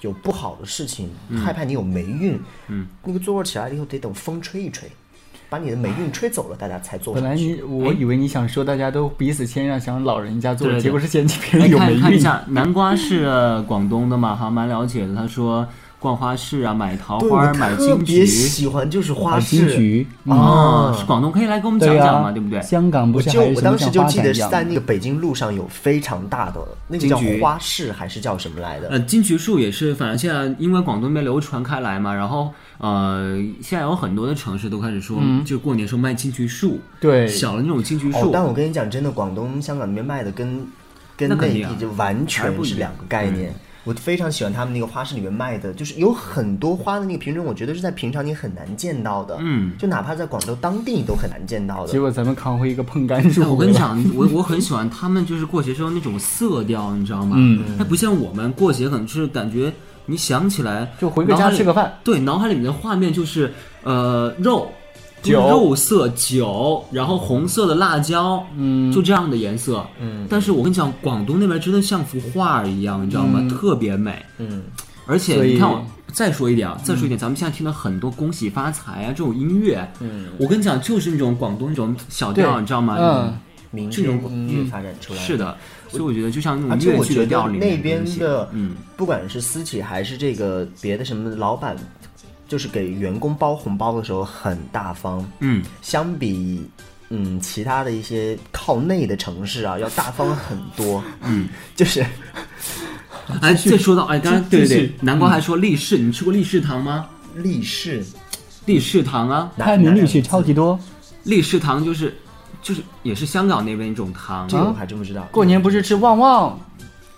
[SPEAKER 5] 有不好的事情，
[SPEAKER 4] 嗯
[SPEAKER 5] 害怕你有霉运，嗯，那个座位起来了以后得等风吹一吹，把你的霉运吹走了，大家才坐
[SPEAKER 4] 本来
[SPEAKER 5] 上去。
[SPEAKER 4] 你我以为你想说大家都彼此谦让，想让老人家做，
[SPEAKER 3] 哎对对对
[SPEAKER 4] 结果是嫌弃
[SPEAKER 3] [laughs]
[SPEAKER 4] 别
[SPEAKER 3] 来
[SPEAKER 4] 人有霉
[SPEAKER 3] 看看一
[SPEAKER 4] 运。
[SPEAKER 3] 下，南瓜是广东的嘛，好像蛮了解的。他说逛花市啊，买桃
[SPEAKER 5] 对，
[SPEAKER 3] 花
[SPEAKER 5] 我
[SPEAKER 3] 儿，买
[SPEAKER 5] 特
[SPEAKER 3] 金
[SPEAKER 5] 别
[SPEAKER 3] 桔。
[SPEAKER 5] 喜欢就是
[SPEAKER 3] 啊
[SPEAKER 5] 花
[SPEAKER 4] 金
[SPEAKER 5] 市。
[SPEAKER 4] 桔
[SPEAKER 3] 哦，是广东，可以来给我们讲
[SPEAKER 4] 对啊呀、
[SPEAKER 3] 讲嘛，对不对？
[SPEAKER 4] 香港不
[SPEAKER 5] 我
[SPEAKER 4] 是
[SPEAKER 5] 就
[SPEAKER 4] 还有
[SPEAKER 5] 我
[SPEAKER 4] 什么
[SPEAKER 5] 当时
[SPEAKER 4] 像
[SPEAKER 5] 就
[SPEAKER 4] 花
[SPEAKER 5] 记
[SPEAKER 4] 展
[SPEAKER 5] 得
[SPEAKER 4] 一
[SPEAKER 5] 是
[SPEAKER 4] 样
[SPEAKER 5] 在
[SPEAKER 4] 吗？
[SPEAKER 5] 那个北京路上有非常大的那个
[SPEAKER 3] 金
[SPEAKER 5] 叫
[SPEAKER 3] 桔
[SPEAKER 5] 花市还是叫什么来
[SPEAKER 3] 呃，
[SPEAKER 5] 的？
[SPEAKER 3] 金桔树也是，反正现在因为广东那边流传开来嘛，然后呃，现在有很多的城市都开始说，就过年时候卖金桔树，
[SPEAKER 4] 对
[SPEAKER 3] 小的那种金桔
[SPEAKER 5] 哦
[SPEAKER 3] 树，，
[SPEAKER 5] 但我跟你讲，真的，广东、香港那边卖的跟跟
[SPEAKER 3] 那
[SPEAKER 5] 内
[SPEAKER 3] 肯定
[SPEAKER 5] 地
[SPEAKER 3] 啊
[SPEAKER 5] 就完
[SPEAKER 3] 还不
[SPEAKER 5] 全
[SPEAKER 3] 一
[SPEAKER 5] 是
[SPEAKER 3] 样嗯
[SPEAKER 5] 两个概念。我非常喜欢他们那个花市里面卖的，就是有很多花的那个品种，我觉得是在平常你很难见到的，
[SPEAKER 3] 嗯
[SPEAKER 5] 就哪怕在广州当地都很难见到
[SPEAKER 4] 结
[SPEAKER 5] 的。
[SPEAKER 4] 果咱们扛回一个碰柑树
[SPEAKER 3] 但 [laughs] 哎我
[SPEAKER 4] 回
[SPEAKER 3] 跟你
[SPEAKER 4] 来，
[SPEAKER 3] 讲，我我很喜欢他们，就是过节时候那种色调，你知道吗？
[SPEAKER 4] 嗯，
[SPEAKER 3] 它不像我们过节可能是感觉你想起来
[SPEAKER 4] 就回个家吃个饭，
[SPEAKER 3] 对，脑海里面的画面就是呃肉、
[SPEAKER 4] 酒
[SPEAKER 3] 肉色、酒，然后红色的辣椒，
[SPEAKER 4] 嗯
[SPEAKER 3] 就这样的颜色。嗯，但是我跟你讲，广东那边真的像幅画儿一样，你知道吗？特别美。
[SPEAKER 5] 嗯，
[SPEAKER 3] 而且
[SPEAKER 4] 所以
[SPEAKER 3] 你看我。再说一点啊，再说一点，咱们现在听到很多“恭喜发财”啊这种音乐，嗯，我跟你讲，就是那种广东那种小调，
[SPEAKER 4] 对
[SPEAKER 3] 你知道吗？
[SPEAKER 4] 嗯，
[SPEAKER 5] 民
[SPEAKER 3] 这
[SPEAKER 5] 间
[SPEAKER 3] 种嗯
[SPEAKER 5] 音乐发展出来
[SPEAKER 3] 是
[SPEAKER 5] 的。
[SPEAKER 3] 的，所以我觉得就像那
[SPEAKER 5] 而
[SPEAKER 3] 种
[SPEAKER 5] 且
[SPEAKER 3] 粤
[SPEAKER 5] 啊我
[SPEAKER 3] 剧
[SPEAKER 5] 觉
[SPEAKER 3] 的
[SPEAKER 5] 得
[SPEAKER 3] 调里面
[SPEAKER 5] 那边
[SPEAKER 3] 东西
[SPEAKER 5] 的，
[SPEAKER 3] 嗯，
[SPEAKER 5] 不管是私企还是这个别的什么老板，就是给员工包红包的时候很大方。
[SPEAKER 3] 嗯，
[SPEAKER 5] 相比嗯其他的一些靠内的城市
[SPEAKER 3] [laughs]
[SPEAKER 5] 啊，要大方很多。嗯， [laughs] 就是
[SPEAKER 3] 哎，再说到哎，刚刚
[SPEAKER 4] 继
[SPEAKER 3] 对
[SPEAKER 4] 续
[SPEAKER 3] 对对，南瓜还说立式，你吃过立式堂吗？
[SPEAKER 5] 立式，
[SPEAKER 3] 立式堂啊，
[SPEAKER 5] 哪
[SPEAKER 4] 它名利
[SPEAKER 5] 哪
[SPEAKER 4] 曲超级多。
[SPEAKER 3] 立式堂就是就是也是香港那边一种糖
[SPEAKER 5] 这，个我还真不知道。
[SPEAKER 4] 过年不是吃旺旺，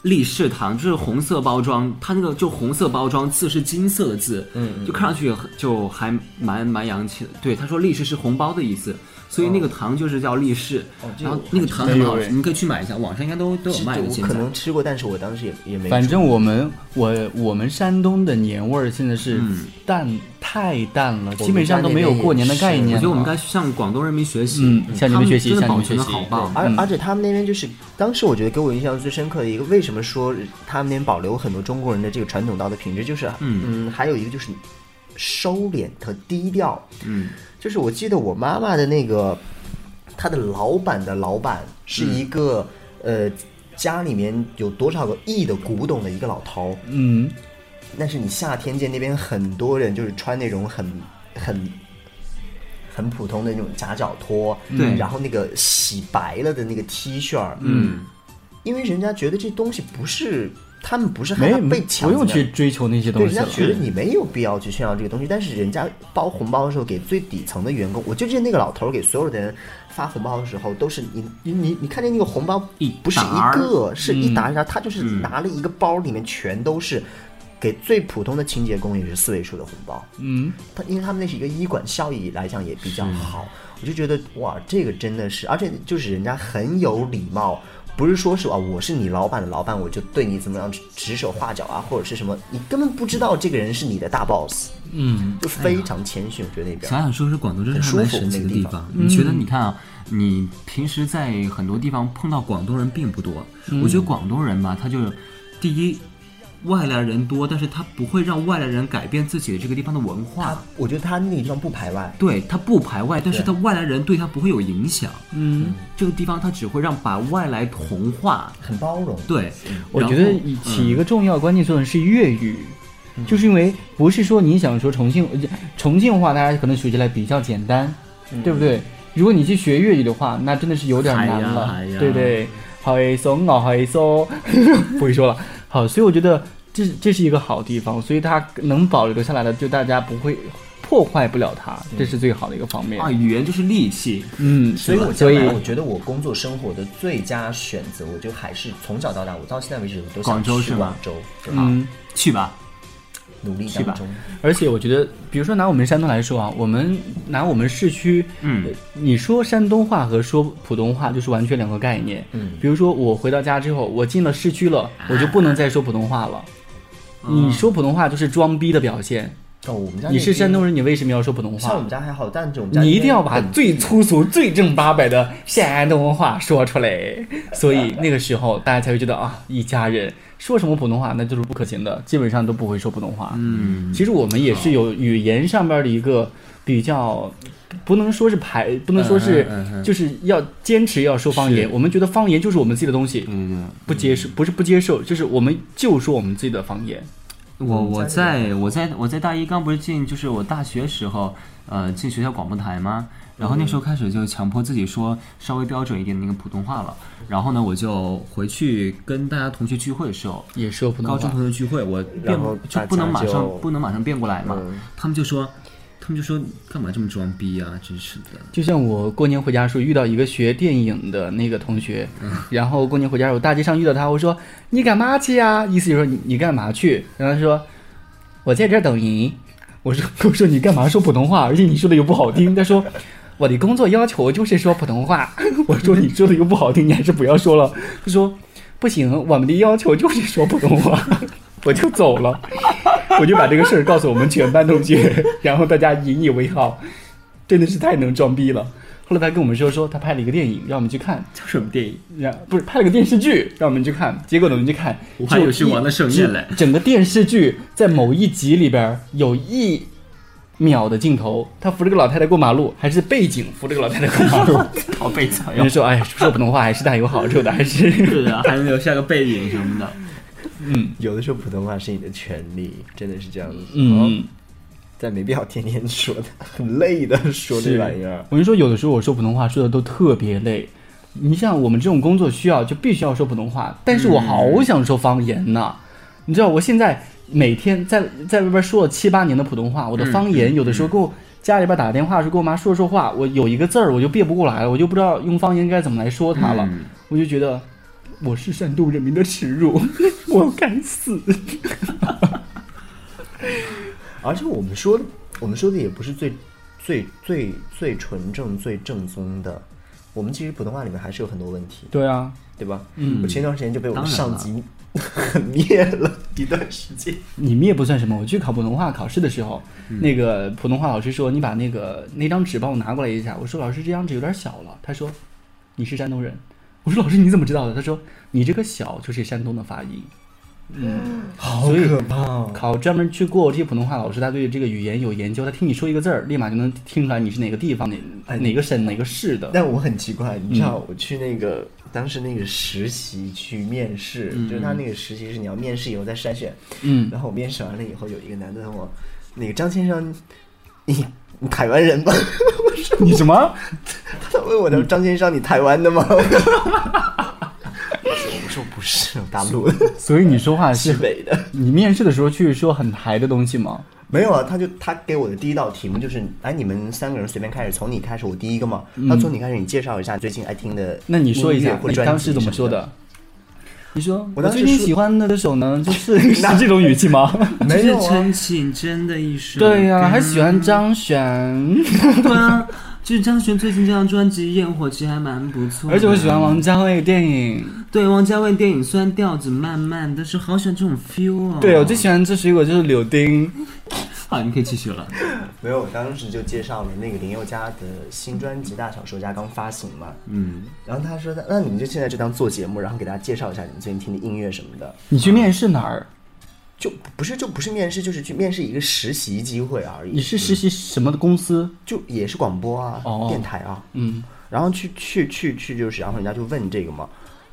[SPEAKER 3] 立式堂就是红色包装，它那个就红色包装字是金色的字，
[SPEAKER 5] 嗯
[SPEAKER 3] 就看上去也很就还蛮蛮洋气的。对，他说立式是红包的意思。所以那个糖就是叫立式，
[SPEAKER 5] 哦这个
[SPEAKER 3] 然
[SPEAKER 5] 我
[SPEAKER 3] 后那个糖很好
[SPEAKER 4] 对
[SPEAKER 3] 吃，
[SPEAKER 4] 对
[SPEAKER 3] 你可以去买一下，网上应该都都有
[SPEAKER 5] 是
[SPEAKER 3] 卖的。
[SPEAKER 5] 我
[SPEAKER 3] 现
[SPEAKER 5] 可
[SPEAKER 3] 在嗯
[SPEAKER 5] 能吃过，但是我当时也也没吃过。
[SPEAKER 4] 反正我们我我们山东的年味儿现在是
[SPEAKER 3] 嗯
[SPEAKER 4] 淡、太淡了，
[SPEAKER 5] 家
[SPEAKER 4] 基本上都没有过年的概
[SPEAKER 5] 那边也
[SPEAKER 4] 念了。
[SPEAKER 5] 是
[SPEAKER 3] 我觉得我们该向广东人民学习，
[SPEAKER 4] 嗯向你们学习
[SPEAKER 3] 他真的保
[SPEAKER 4] 向你们
[SPEAKER 3] 存的
[SPEAKER 4] 学习
[SPEAKER 3] 好棒。
[SPEAKER 5] 而而且他们那边就是，当时我觉得给我印象最深刻的一个，为什么说他们那边保留很多中国人的这个传统道德品质，就是
[SPEAKER 3] 嗯
[SPEAKER 5] 嗯，还有一个就是收敛和低调。
[SPEAKER 3] 嗯
[SPEAKER 5] 就是我记得我妈妈的那个，她的老板的老板是一个、呃家里面有多少个亿的古董的一个老头，
[SPEAKER 4] 嗯，
[SPEAKER 5] 但是你夏天见那边很多人就是穿那种很很很普通的那种夹脚拖，
[SPEAKER 4] 嗯
[SPEAKER 3] 对
[SPEAKER 5] 然后那个洗白了的那个 T 恤儿，
[SPEAKER 3] 嗯，
[SPEAKER 5] 因为人家觉得这东西不是他们不是害
[SPEAKER 4] 没
[SPEAKER 5] 怕被抢怎
[SPEAKER 4] 不
[SPEAKER 5] 么
[SPEAKER 4] 用
[SPEAKER 5] 样
[SPEAKER 4] 去追求那些
[SPEAKER 5] 对，
[SPEAKER 4] 东
[SPEAKER 5] 人
[SPEAKER 4] 西
[SPEAKER 5] 家
[SPEAKER 4] 了。嗯
[SPEAKER 5] 觉得你没有必要去炫耀这个东西，但是人家包红包的时候给最底层的员工，我就记得那个老头儿给所有的人发红包的时候，都是你你你你看见那个红包
[SPEAKER 3] 一
[SPEAKER 5] 不是
[SPEAKER 3] 沓
[SPEAKER 5] 一
[SPEAKER 3] 儿
[SPEAKER 5] 个，是一
[SPEAKER 4] 嗯
[SPEAKER 5] 沓一沓，他就是
[SPEAKER 3] 嗯
[SPEAKER 5] 拿了一个包，里面全都是。给最普通的清洁工也是四位数的红包，
[SPEAKER 4] 嗯，
[SPEAKER 5] 他因为他们那是一个医管效益来讲也比较好，我就觉得哇，这个真的是，而且就是人家很有礼貌，不是说是啊，我是你老板的老板，我就对你怎么样指指手画脚啊，或者是什么，你根本不知道这个人是你的大 boss，
[SPEAKER 4] 嗯，
[SPEAKER 5] 就非常谦逊，我觉得那边
[SPEAKER 3] 想想说是广东真的还
[SPEAKER 5] 很
[SPEAKER 3] 蛮
[SPEAKER 5] 舒服
[SPEAKER 3] 神奇
[SPEAKER 5] 那
[SPEAKER 3] 的
[SPEAKER 5] 个地
[SPEAKER 3] 地
[SPEAKER 5] 方
[SPEAKER 3] 方。你觉得你看啊，你平时在很多地方碰到广东人并不多，我觉得广东人吧，他就是第一。外来人多，但是他不会让外来人改变自己的这个地方的文
[SPEAKER 5] 他
[SPEAKER 3] 化，，
[SPEAKER 5] 我觉得他那个地方不排外，
[SPEAKER 3] 对他不排外，但是他外来人对他不会有影响。
[SPEAKER 4] 嗯，
[SPEAKER 3] 这个地方他只会让把外来同化，
[SPEAKER 5] 很包容，
[SPEAKER 3] 对。
[SPEAKER 4] 我
[SPEAKER 3] 然
[SPEAKER 4] 觉得
[SPEAKER 3] 后
[SPEAKER 5] 嗯
[SPEAKER 4] 起一个重要关键作用是粤语，就是因为不是说你想说重庆呃重庆话，大家可能学起来比较简单，
[SPEAKER 5] 嗯
[SPEAKER 4] 对不对？如果你去学粤语的话，那真的是有点难了，
[SPEAKER 3] 哎呀哎呀
[SPEAKER 4] 对不对？好一松哦，好一松， [laughs] 不会说了。好，所以我觉得这这是一个好地方，所以它能保留下来的，就大家不会破坏不了它，这是最好的一个方面。
[SPEAKER 3] 啊，语言就是利器，
[SPEAKER 4] 嗯，
[SPEAKER 5] 所以我
[SPEAKER 4] 所
[SPEAKER 5] 将
[SPEAKER 4] 以
[SPEAKER 5] 来我觉得我工作生活的最佳选择，我就还是从小到大，我到现在为止我都想
[SPEAKER 3] 广州
[SPEAKER 5] 去
[SPEAKER 3] 是吗
[SPEAKER 5] 广州，对
[SPEAKER 4] 嗯。
[SPEAKER 3] 去吧。
[SPEAKER 5] 努力
[SPEAKER 3] 去吧
[SPEAKER 5] 当中，
[SPEAKER 4] 而且我觉得，比如说拿我们山东来说啊，我们拿我们市区，
[SPEAKER 3] 嗯
[SPEAKER 4] 呃，你说山东话和说普通话就是完全两个概念。
[SPEAKER 5] 嗯
[SPEAKER 4] 比如说我回到家之后，我进了市区了，我就不能再说普通话了。你说普通话就是装逼的表现。
[SPEAKER 5] 哦，我们家
[SPEAKER 4] 你
[SPEAKER 5] 那
[SPEAKER 4] 是
[SPEAKER 5] 边
[SPEAKER 4] 山东人，你为什么要说普通
[SPEAKER 5] 像我
[SPEAKER 4] 话
[SPEAKER 5] 们？家还好，但是我们家
[SPEAKER 4] 你一
[SPEAKER 5] 那
[SPEAKER 4] 定要
[SPEAKER 5] 边
[SPEAKER 3] 嗯
[SPEAKER 4] 把最粗俗、最正八百的山东话说出来，所以
[SPEAKER 3] 嗯
[SPEAKER 4] 那个时候大家才会觉得啊，一家人说什么普通话那就是不可行的，基本上都不会说普通话。
[SPEAKER 3] 嗯，
[SPEAKER 4] 其实我们也是有语言上面的一个比较，不能说是排，不能说是，
[SPEAKER 3] 嗯哼嗯哼
[SPEAKER 4] 就是要坚持要说方言。
[SPEAKER 3] 是嗯
[SPEAKER 4] 我们觉得方言就是我们自己的东西，
[SPEAKER 3] 对对对。
[SPEAKER 4] 不接受不是不接受，就是我们就说我们自己的方言。
[SPEAKER 3] 我
[SPEAKER 5] 嗯
[SPEAKER 3] 我
[SPEAKER 5] 家
[SPEAKER 3] 在我在我在大一刚不是进就是我大学时候，呃，进学校广播台嘛，然后那时候开始就强迫自己说稍微标准一点的那个普通话了。然后呢，我就回去跟大家同学聚会的时候，
[SPEAKER 4] 也说普通
[SPEAKER 3] 高
[SPEAKER 4] 话
[SPEAKER 3] 中，同学聚会，我变
[SPEAKER 5] 然后
[SPEAKER 3] 就
[SPEAKER 5] 大
[SPEAKER 3] 不能
[SPEAKER 5] 家
[SPEAKER 3] 马上
[SPEAKER 5] 就
[SPEAKER 3] 不能马上变过来嘛，他们就说。他们就说你干嘛这么装逼啊，真是的。
[SPEAKER 4] 就像我过年回家的时候遇到一个学电影的那个同学，然后过年回家的时候大街上遇到他，我说你干嘛去呀？意思就是说你你干嘛去？然后他说我在这儿等人。我说 [laughs] 我说你干嘛说普通话？而且你说的又不好听。他说我的工作要求就是说普通话。 [laughs] 我说你说的又不好听，你还是不要说了。他说不行，我们的要求就是说普通话。 [laughs] 我就走了，我就把这个事儿告诉我们全班同学，然后大家引以为豪。真的是太能装逼了。后来他跟我们说，说他拍了一个电影，让我们去看，
[SPEAKER 3] 叫什么电影？
[SPEAKER 4] 然不是拍了个电视剧，让我们去看。结果呢，我们去看，
[SPEAKER 3] 武汉有狮王的盛宴嘞
[SPEAKER 4] 整个电视剧在某一集里边儿有一秒的镜头，他扶着个老太太过马路，还是背景扶着个老太太过马
[SPEAKER 3] [laughs]
[SPEAKER 4] 路。
[SPEAKER 3] 好悲惨
[SPEAKER 4] 人家！说，哎，说普通话还是大有好处的，还是
[SPEAKER 3] [laughs] [laughs] 对啊，还能留下个背影什么的。
[SPEAKER 5] 有的时候普通话是你的权利，真的是这样子。哦
[SPEAKER 4] 嗯。
[SPEAKER 5] 但没必要天天说的， [laughs] 很累的说这玩意儿。
[SPEAKER 4] 我跟你说，有的时候我说普通话说的都特别累。你像我们这种工作需要，就必须要说普通话，但是我好想说方言呐、你知道，我现在每天在在外边说了七八年的普通话，我的方言有的时候给我家里边打电话的时候跟我妈说说话，我有一个字儿我就别不过来了，我就不知道用方言该怎么来说它了，
[SPEAKER 3] 嗯
[SPEAKER 4] 我就觉得我是山东人民的耻辱， [laughs] 我该死。
[SPEAKER 5] 而且我们说的，我们说的也不是最最最最纯正、最正宗的。我们其实普通话里面还是有很多问题，
[SPEAKER 4] 对啊，
[SPEAKER 5] 对吧？嗯，我前段时间就被我们
[SPEAKER 3] 当然
[SPEAKER 5] 上
[SPEAKER 3] 了
[SPEAKER 5] 级 [laughs] 灭了一段时间。
[SPEAKER 4] 你灭不算什么。我去考普通话考试的时候，那个普通话老师说：“你把那个那张纸帮我拿过来一下。”我说：“老师，这张纸有点小了。”他说：“你是山东人。”我说：“老师，你怎么知道的？”他说：“你这个小就是山东的发音。”嗯，好
[SPEAKER 5] 可怕哦
[SPEAKER 4] 考专门去过这些普通话老师，他对这个语言有研究，他听你说一个字儿，立马就能听出来你是哪个地方、哪
[SPEAKER 5] 哎
[SPEAKER 4] 哪个省、哪个市的。
[SPEAKER 5] 但我很奇怪，你知道，我去那个、当时那个实习去面试，就是他那个实习是你要面试以后再筛选，
[SPEAKER 4] 嗯
[SPEAKER 5] 然后我面试完了以后，有一个男的问我，那个张先生，你你台湾人吗？ [laughs] 我说
[SPEAKER 4] 你什么？
[SPEAKER 5] 他问我，他说张先生，你台湾的吗？我 [laughs] 说我说不是，我大陆的，
[SPEAKER 4] 所以你说 [laughs]
[SPEAKER 5] [laughs]
[SPEAKER 4] 话
[SPEAKER 5] 西
[SPEAKER 4] 是
[SPEAKER 5] 北的。
[SPEAKER 4] 你面试的时候去说很台的东西吗？
[SPEAKER 5] 没有啊，他就他给我的第一道题目就是，哎，你们三个人随便开始，从你开始，我第一个嘛。那从你开始，你介绍一下最近爱哎听的，
[SPEAKER 4] 嗯那你说一下，
[SPEAKER 5] 或
[SPEAKER 4] 你
[SPEAKER 5] 专
[SPEAKER 4] 当
[SPEAKER 5] 辑
[SPEAKER 4] 时怎么
[SPEAKER 5] 什
[SPEAKER 4] 说
[SPEAKER 5] 的？
[SPEAKER 4] 的？你说
[SPEAKER 5] 我当时
[SPEAKER 4] 最近
[SPEAKER 5] 说
[SPEAKER 4] 喜欢的这首呢，就是
[SPEAKER 5] [laughs]
[SPEAKER 4] 是这种语气吗？
[SPEAKER 3] 这
[SPEAKER 5] 没有
[SPEAKER 3] 是
[SPEAKER 5] 啊
[SPEAKER 3] 陈绮贞的一首歌。
[SPEAKER 4] 对呀、还喜欢张悬，
[SPEAKER 5] 嗯
[SPEAKER 3] 对啊，就是张悬最近这张专辑《焰火》其实还蛮不错的。
[SPEAKER 4] 而且我喜欢王家卫的电影。
[SPEAKER 3] 对王家卫电影，虽然调子慢慢，但是好喜欢这种 feel
[SPEAKER 5] 嗯
[SPEAKER 3] 啊。
[SPEAKER 4] 对，我最喜欢这水果就是柳丁。
[SPEAKER 3] 好，你可以继续了。
[SPEAKER 5] 没有，我当时就介绍了那个林宥嘉的新专辑《大小说家》刚发行嘛，
[SPEAKER 3] 嗯，
[SPEAKER 5] 然后他说，那你们就现在就当做节目，然后给大家介绍一下你们最近听的音乐什么的，
[SPEAKER 4] 你去面试哪儿？
[SPEAKER 5] 就不是就不是面试，就是去面试一个实习机会而已。
[SPEAKER 4] 你是实习什么的公司？
[SPEAKER 5] 就也是广播啊，
[SPEAKER 4] 哦
[SPEAKER 5] 电台啊，
[SPEAKER 4] 嗯，
[SPEAKER 5] 然后去去去去就是，然后人家就问这个嘛，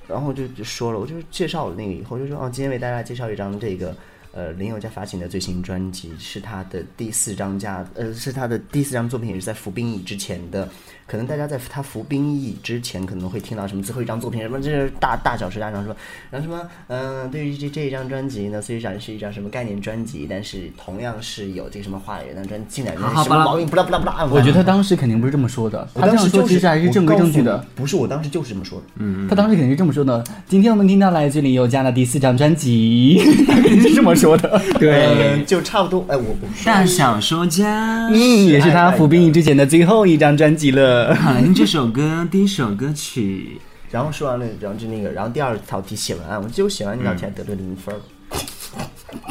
[SPEAKER 5] 然后就就说了，我就是介绍了那个以后就说，哦，今天为大家介绍一张这个。呃，林宥嘉发行的最新专辑是他的第四张加，呃，是他的第四张作品，也是在服兵役之前的。可能大家在他服兵役之前，可能会听到什么最后一张作品，什么这是大大小时大，然后说，然后什么，嗯、对于这这一张专辑呢，虽然是一张什么概念专辑，但是同样是有这个什么话里那专进来的
[SPEAKER 3] 好好
[SPEAKER 5] 什么
[SPEAKER 3] 吧
[SPEAKER 5] 毛病，不啦不啦不啦。
[SPEAKER 4] 我觉得他当时肯定不是这么说的，
[SPEAKER 5] 我
[SPEAKER 4] 他这
[SPEAKER 5] 当
[SPEAKER 4] 样
[SPEAKER 5] 时
[SPEAKER 4] 说
[SPEAKER 5] 就
[SPEAKER 4] 其
[SPEAKER 5] 是
[SPEAKER 4] 实还是
[SPEAKER 5] 我
[SPEAKER 4] 正规
[SPEAKER 5] 告诉
[SPEAKER 4] 正矩
[SPEAKER 5] 你
[SPEAKER 4] 的。
[SPEAKER 5] 不是我当时就是这么说的。
[SPEAKER 4] 他当时肯定是这么说的。今天我们听到来自林宥嘉的第四张专辑， [laughs] 他肯定是这么说的。
[SPEAKER 5] 对，就差不多。哎，我不是
[SPEAKER 3] 大小说家。
[SPEAKER 4] 嗯，也是他服兵役之前的最后一张专辑了。
[SPEAKER 3] 好来听这首歌，第一首歌曲。
[SPEAKER 5] 然后说完了，然后就那个，然后第二道题写文案，我就写完那道题还得了零分儿。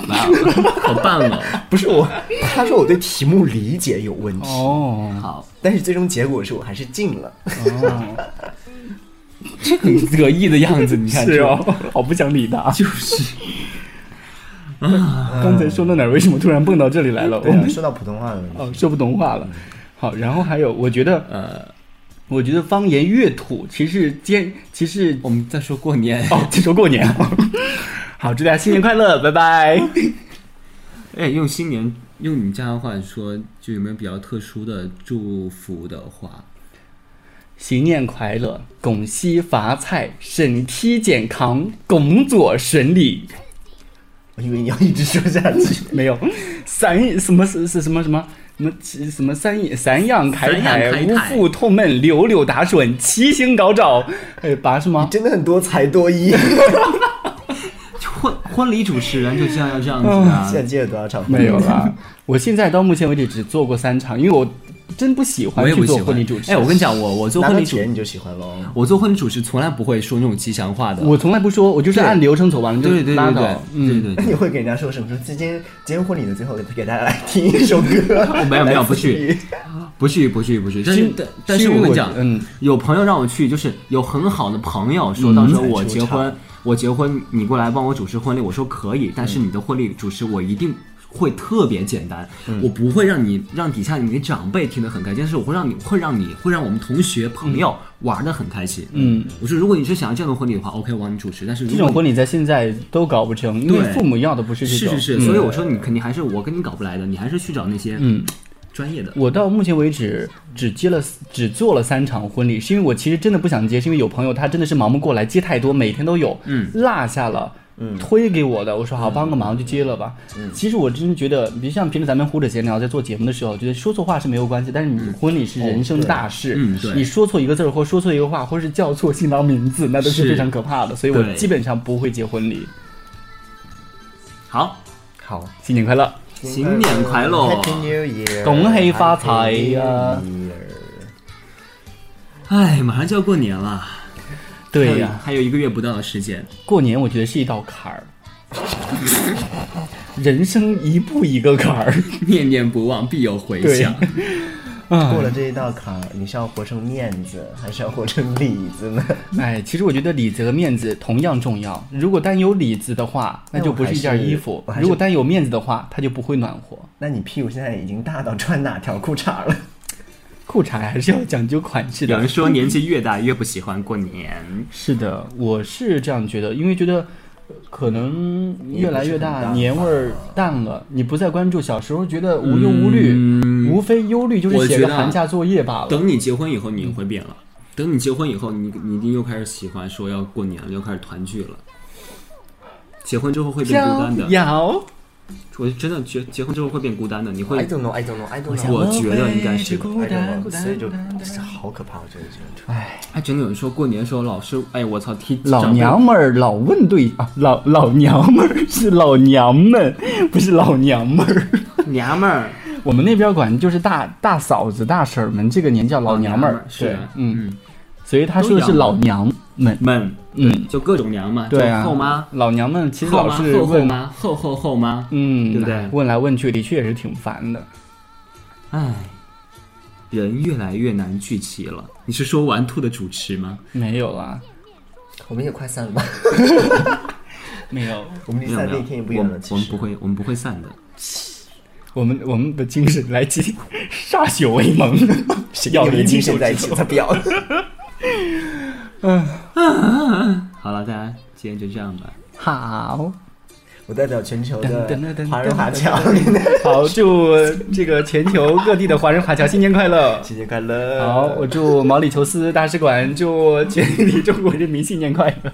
[SPEAKER 3] 哇，好棒哦！
[SPEAKER 5] 不是我，他说我对题目理解有问题，
[SPEAKER 4] 哦，
[SPEAKER 3] 好，
[SPEAKER 5] 但是最终结果是我还是进了。
[SPEAKER 4] [laughs] 这很得意的样子，你看
[SPEAKER 3] 是哦，
[SPEAKER 4] 好不想理啊 [laughs] 他。
[SPEAKER 3] 就是
[SPEAKER 4] 啊刚才说到哪儿？为什么突然蹦到这里来了？我
[SPEAKER 5] 对啊，
[SPEAKER 4] 们
[SPEAKER 5] 说到普通话的问题，
[SPEAKER 4] 哦，说不懂话了。好，然后还有，我觉得，
[SPEAKER 3] 呃，
[SPEAKER 4] 我觉得方言乐土其实兼，其实
[SPEAKER 3] 我们在说过年。
[SPEAKER 4] [laughs] 哦，就说过年。好，祝大家新年快乐，拜 [laughs] 拜。
[SPEAKER 3] 哎，用新年，用你们家话说，就有没有比较特殊的祝福的话？
[SPEAKER 4] 新年快乐，恭喜发财，身体健康，工作顺利。
[SPEAKER 5] 我以为你要一直说下去。
[SPEAKER 4] [laughs] 没有，三什么是是什么什么什么其什么三散养凯
[SPEAKER 3] 散养凯
[SPEAKER 4] 凯、乌
[SPEAKER 3] 凯
[SPEAKER 4] 腹痛闷、柳柳打笋、七星高照，哎，拔是吗？
[SPEAKER 5] 真的很多才多艺。
[SPEAKER 3] 婚婚礼主持人就这样要这样子啊
[SPEAKER 5] 现在，接了多少场？
[SPEAKER 4] 没有啦，我现在到目前为止只做过三场，因为我真不喜
[SPEAKER 3] 我
[SPEAKER 4] 欢
[SPEAKER 3] 也
[SPEAKER 4] 去
[SPEAKER 3] 不
[SPEAKER 4] 做
[SPEAKER 3] 喜
[SPEAKER 4] 婚
[SPEAKER 3] 欢
[SPEAKER 4] 礼主。持。
[SPEAKER 3] 哎，我跟你讲，我我做
[SPEAKER 5] 拿
[SPEAKER 3] 婚
[SPEAKER 5] 到
[SPEAKER 3] 礼主，
[SPEAKER 5] 钱你就喜欢喽。
[SPEAKER 3] 我做婚礼主持从来不会说那种吉祥话的。
[SPEAKER 4] 我从来不说，我就是
[SPEAKER 3] 对
[SPEAKER 4] 按流程走完了就
[SPEAKER 3] 对对对
[SPEAKER 4] 拉
[SPEAKER 3] 对
[SPEAKER 4] 倒
[SPEAKER 3] 对。
[SPEAKER 4] 嗯，
[SPEAKER 3] 对对
[SPEAKER 5] 那你
[SPEAKER 3] 对，
[SPEAKER 5] 会给人家说什么？说今天结婚婚礼的最后给大家来听一首歌。
[SPEAKER 3] 没有没有不去
[SPEAKER 5] 来自于
[SPEAKER 3] 不至于不至于不至于。但
[SPEAKER 4] 是
[SPEAKER 3] 是但但是
[SPEAKER 4] 是因为
[SPEAKER 3] 我跟你
[SPEAKER 4] 我
[SPEAKER 3] 讲，
[SPEAKER 4] 嗯，
[SPEAKER 3] 有朋友让我去，就是有很好的朋友说，到时
[SPEAKER 4] 嗯
[SPEAKER 3] 候
[SPEAKER 4] 哎
[SPEAKER 3] 我结婚，我结婚你过来帮我主持婚礼，我说可以，但是
[SPEAKER 4] 嗯
[SPEAKER 3] 你的婚礼主持我一定。会特别简单，
[SPEAKER 4] 嗯
[SPEAKER 3] 我不会让你让底下你的长辈听得很开心，但是我会让你会让你会让我们同学朋友玩得很开心。
[SPEAKER 4] 嗯，
[SPEAKER 3] 我说如果你是想要这样的婚礼的话，OK，我帮你主持。但是如
[SPEAKER 4] 这
[SPEAKER 3] 果
[SPEAKER 4] 种
[SPEAKER 3] 你
[SPEAKER 4] 婚礼在现在都搞不成，因为
[SPEAKER 3] 对
[SPEAKER 4] 父母要的不是这
[SPEAKER 3] 是
[SPEAKER 4] 种。
[SPEAKER 3] 是是，
[SPEAKER 4] 嗯
[SPEAKER 3] 所以我说你肯定还是我跟你搞不来的，你还是去找那些
[SPEAKER 4] 嗯，
[SPEAKER 3] 专业的。
[SPEAKER 4] 我到目前为止只接了只做了三场婚礼，是因为我其实真的不想接，是因为有朋友他真的是忙不过来，接太多，每天都有，
[SPEAKER 3] 嗯，
[SPEAKER 4] 落下了。推给我的，我说好帮个忙就接了吧。
[SPEAKER 3] 嗯
[SPEAKER 4] 其实我真的觉得，比如像平时咱们胡扯闲聊，在做节目的时候，觉得说错话是没有关系，但是你婚礼是人生大事，
[SPEAKER 3] 嗯哦对
[SPEAKER 4] 你说错一个字儿或说错一个话，或是叫错新郎名字，那都是
[SPEAKER 3] 是
[SPEAKER 4] 非常可怕的。所以我
[SPEAKER 3] 对
[SPEAKER 4] 基本上不会结婚礼。
[SPEAKER 3] 好，
[SPEAKER 5] [laughs] 好，
[SPEAKER 4] 新年快乐！
[SPEAKER 3] 新年快乐
[SPEAKER 5] Happy New Year，
[SPEAKER 4] 恭喜发财啊呀
[SPEAKER 5] Happy New Year
[SPEAKER 3] 哎，马上就要过年了，
[SPEAKER 4] 对呀、
[SPEAKER 3] 还有还有一个月不到的时间。
[SPEAKER 4] 过年我觉得是一道坎儿， [laughs] 人生一步一个坎
[SPEAKER 5] [laughs]
[SPEAKER 4] 儿。
[SPEAKER 3] 念念不忘，必有回
[SPEAKER 4] [laughs]
[SPEAKER 3] 响。
[SPEAKER 5] 过了这一道坎儿，你是要活成面子，还是要活成里子呢？ [laughs]
[SPEAKER 4] 哎，其实我觉得里子和面子同样重要。如果单有里子的话，那就不是一件衣服
[SPEAKER 5] 我还；是
[SPEAKER 4] 如果单有面子的话，它就不会暖和。
[SPEAKER 5] 那你屁股现在已经大到穿哪条裤衩了？
[SPEAKER 4] 裤衩还是要讲究款式
[SPEAKER 3] 有
[SPEAKER 5] [laughs]
[SPEAKER 4] 的
[SPEAKER 3] 人。说年纪越大越不喜欢过年，
[SPEAKER 4] 是的，我是这样觉得，因为觉得呃可能越来越
[SPEAKER 5] 也不是很
[SPEAKER 4] 大，
[SPEAKER 5] 大
[SPEAKER 4] 年味儿淡了，你不再关注小时候，觉得无忧无虑，
[SPEAKER 5] 嗯
[SPEAKER 4] 无非忧虑就是
[SPEAKER 3] 我
[SPEAKER 4] 写
[SPEAKER 3] 觉
[SPEAKER 4] 个
[SPEAKER 3] 得啊
[SPEAKER 4] 寒假作业罢了。
[SPEAKER 3] 等你结婚以后，你会变了。等你结婚以后，你你一定又开始喜欢说要过年了，又开始团聚了。结婚之后会变孤单
[SPEAKER 4] 逍
[SPEAKER 3] 的，
[SPEAKER 4] 遥。
[SPEAKER 3] 我真的结结婚之后会变孤单的，你会
[SPEAKER 5] don't know, I don't know, I don't
[SPEAKER 3] 我觉得应该是的
[SPEAKER 4] 孤
[SPEAKER 5] I
[SPEAKER 4] 单
[SPEAKER 5] don't
[SPEAKER 4] 孤
[SPEAKER 5] know，
[SPEAKER 4] 单
[SPEAKER 5] 所以就
[SPEAKER 4] 孤单
[SPEAKER 5] 这好可怕，我觉得这个
[SPEAKER 3] 哎，真的有人说过年的时候老是哎，我操，踢
[SPEAKER 4] 老娘们儿老问对啊，老老娘们儿是老娘们，不是老娘们儿。
[SPEAKER 3] 长辈娘们儿，
[SPEAKER 4] [laughs] 我们那边管就是大大嫂子、大婶儿们，这个年叫老哦娘们儿。
[SPEAKER 3] 是
[SPEAKER 4] 对嗯，所以他
[SPEAKER 3] 都
[SPEAKER 4] 说的是
[SPEAKER 3] 娘
[SPEAKER 4] 老娘们。
[SPEAKER 3] 们，
[SPEAKER 4] 嗯，
[SPEAKER 3] 就各种娘嘛，
[SPEAKER 4] 对啊，
[SPEAKER 3] 就后妈、
[SPEAKER 4] 老娘们其实
[SPEAKER 3] 后
[SPEAKER 4] 老
[SPEAKER 3] 妈、
[SPEAKER 4] 是
[SPEAKER 3] 后后
[SPEAKER 4] 问，
[SPEAKER 3] 妈、后后后妈，
[SPEAKER 4] 嗯，
[SPEAKER 3] 对不对
[SPEAKER 4] 问来问去，的确也是挺烦的。
[SPEAKER 3] 唉，人越来越难聚齐了。你是说玩兔的主持吗？
[SPEAKER 4] 没有啦，
[SPEAKER 5] 我们也快散了吧？
[SPEAKER 4] 没有，
[SPEAKER 5] [laughs] 我们离散
[SPEAKER 3] 没
[SPEAKER 5] 那
[SPEAKER 3] 有
[SPEAKER 5] 天也不
[SPEAKER 3] 没有，
[SPEAKER 5] 远
[SPEAKER 3] 我
[SPEAKER 5] 了，
[SPEAKER 3] 们
[SPEAKER 5] 其
[SPEAKER 3] 我们
[SPEAKER 5] 实
[SPEAKER 3] 不。会，我们不会散的。
[SPEAKER 4] 我们我们的精神来自 [laughs] 歃血为盟，要
[SPEAKER 5] 你
[SPEAKER 4] 离
[SPEAKER 5] 们
[SPEAKER 4] 经
[SPEAKER 5] 精
[SPEAKER 4] 手
[SPEAKER 5] 神在一
[SPEAKER 4] 指
[SPEAKER 5] 起
[SPEAKER 4] [laughs] 头。
[SPEAKER 5] 才不要。
[SPEAKER 3] 好了，大家今天就这样吧。
[SPEAKER 4] 好。
[SPEAKER 5] [laughs] 我代表全球的
[SPEAKER 4] 噔噔噔噔
[SPEAKER 5] 华人华侨，。
[SPEAKER 4] 好，祝这个全球各地的华人华侨新年快乐
[SPEAKER 5] 新年快乐！
[SPEAKER 4] 好，我祝毛里求斯大使馆，祝全体中国人民新年快乐。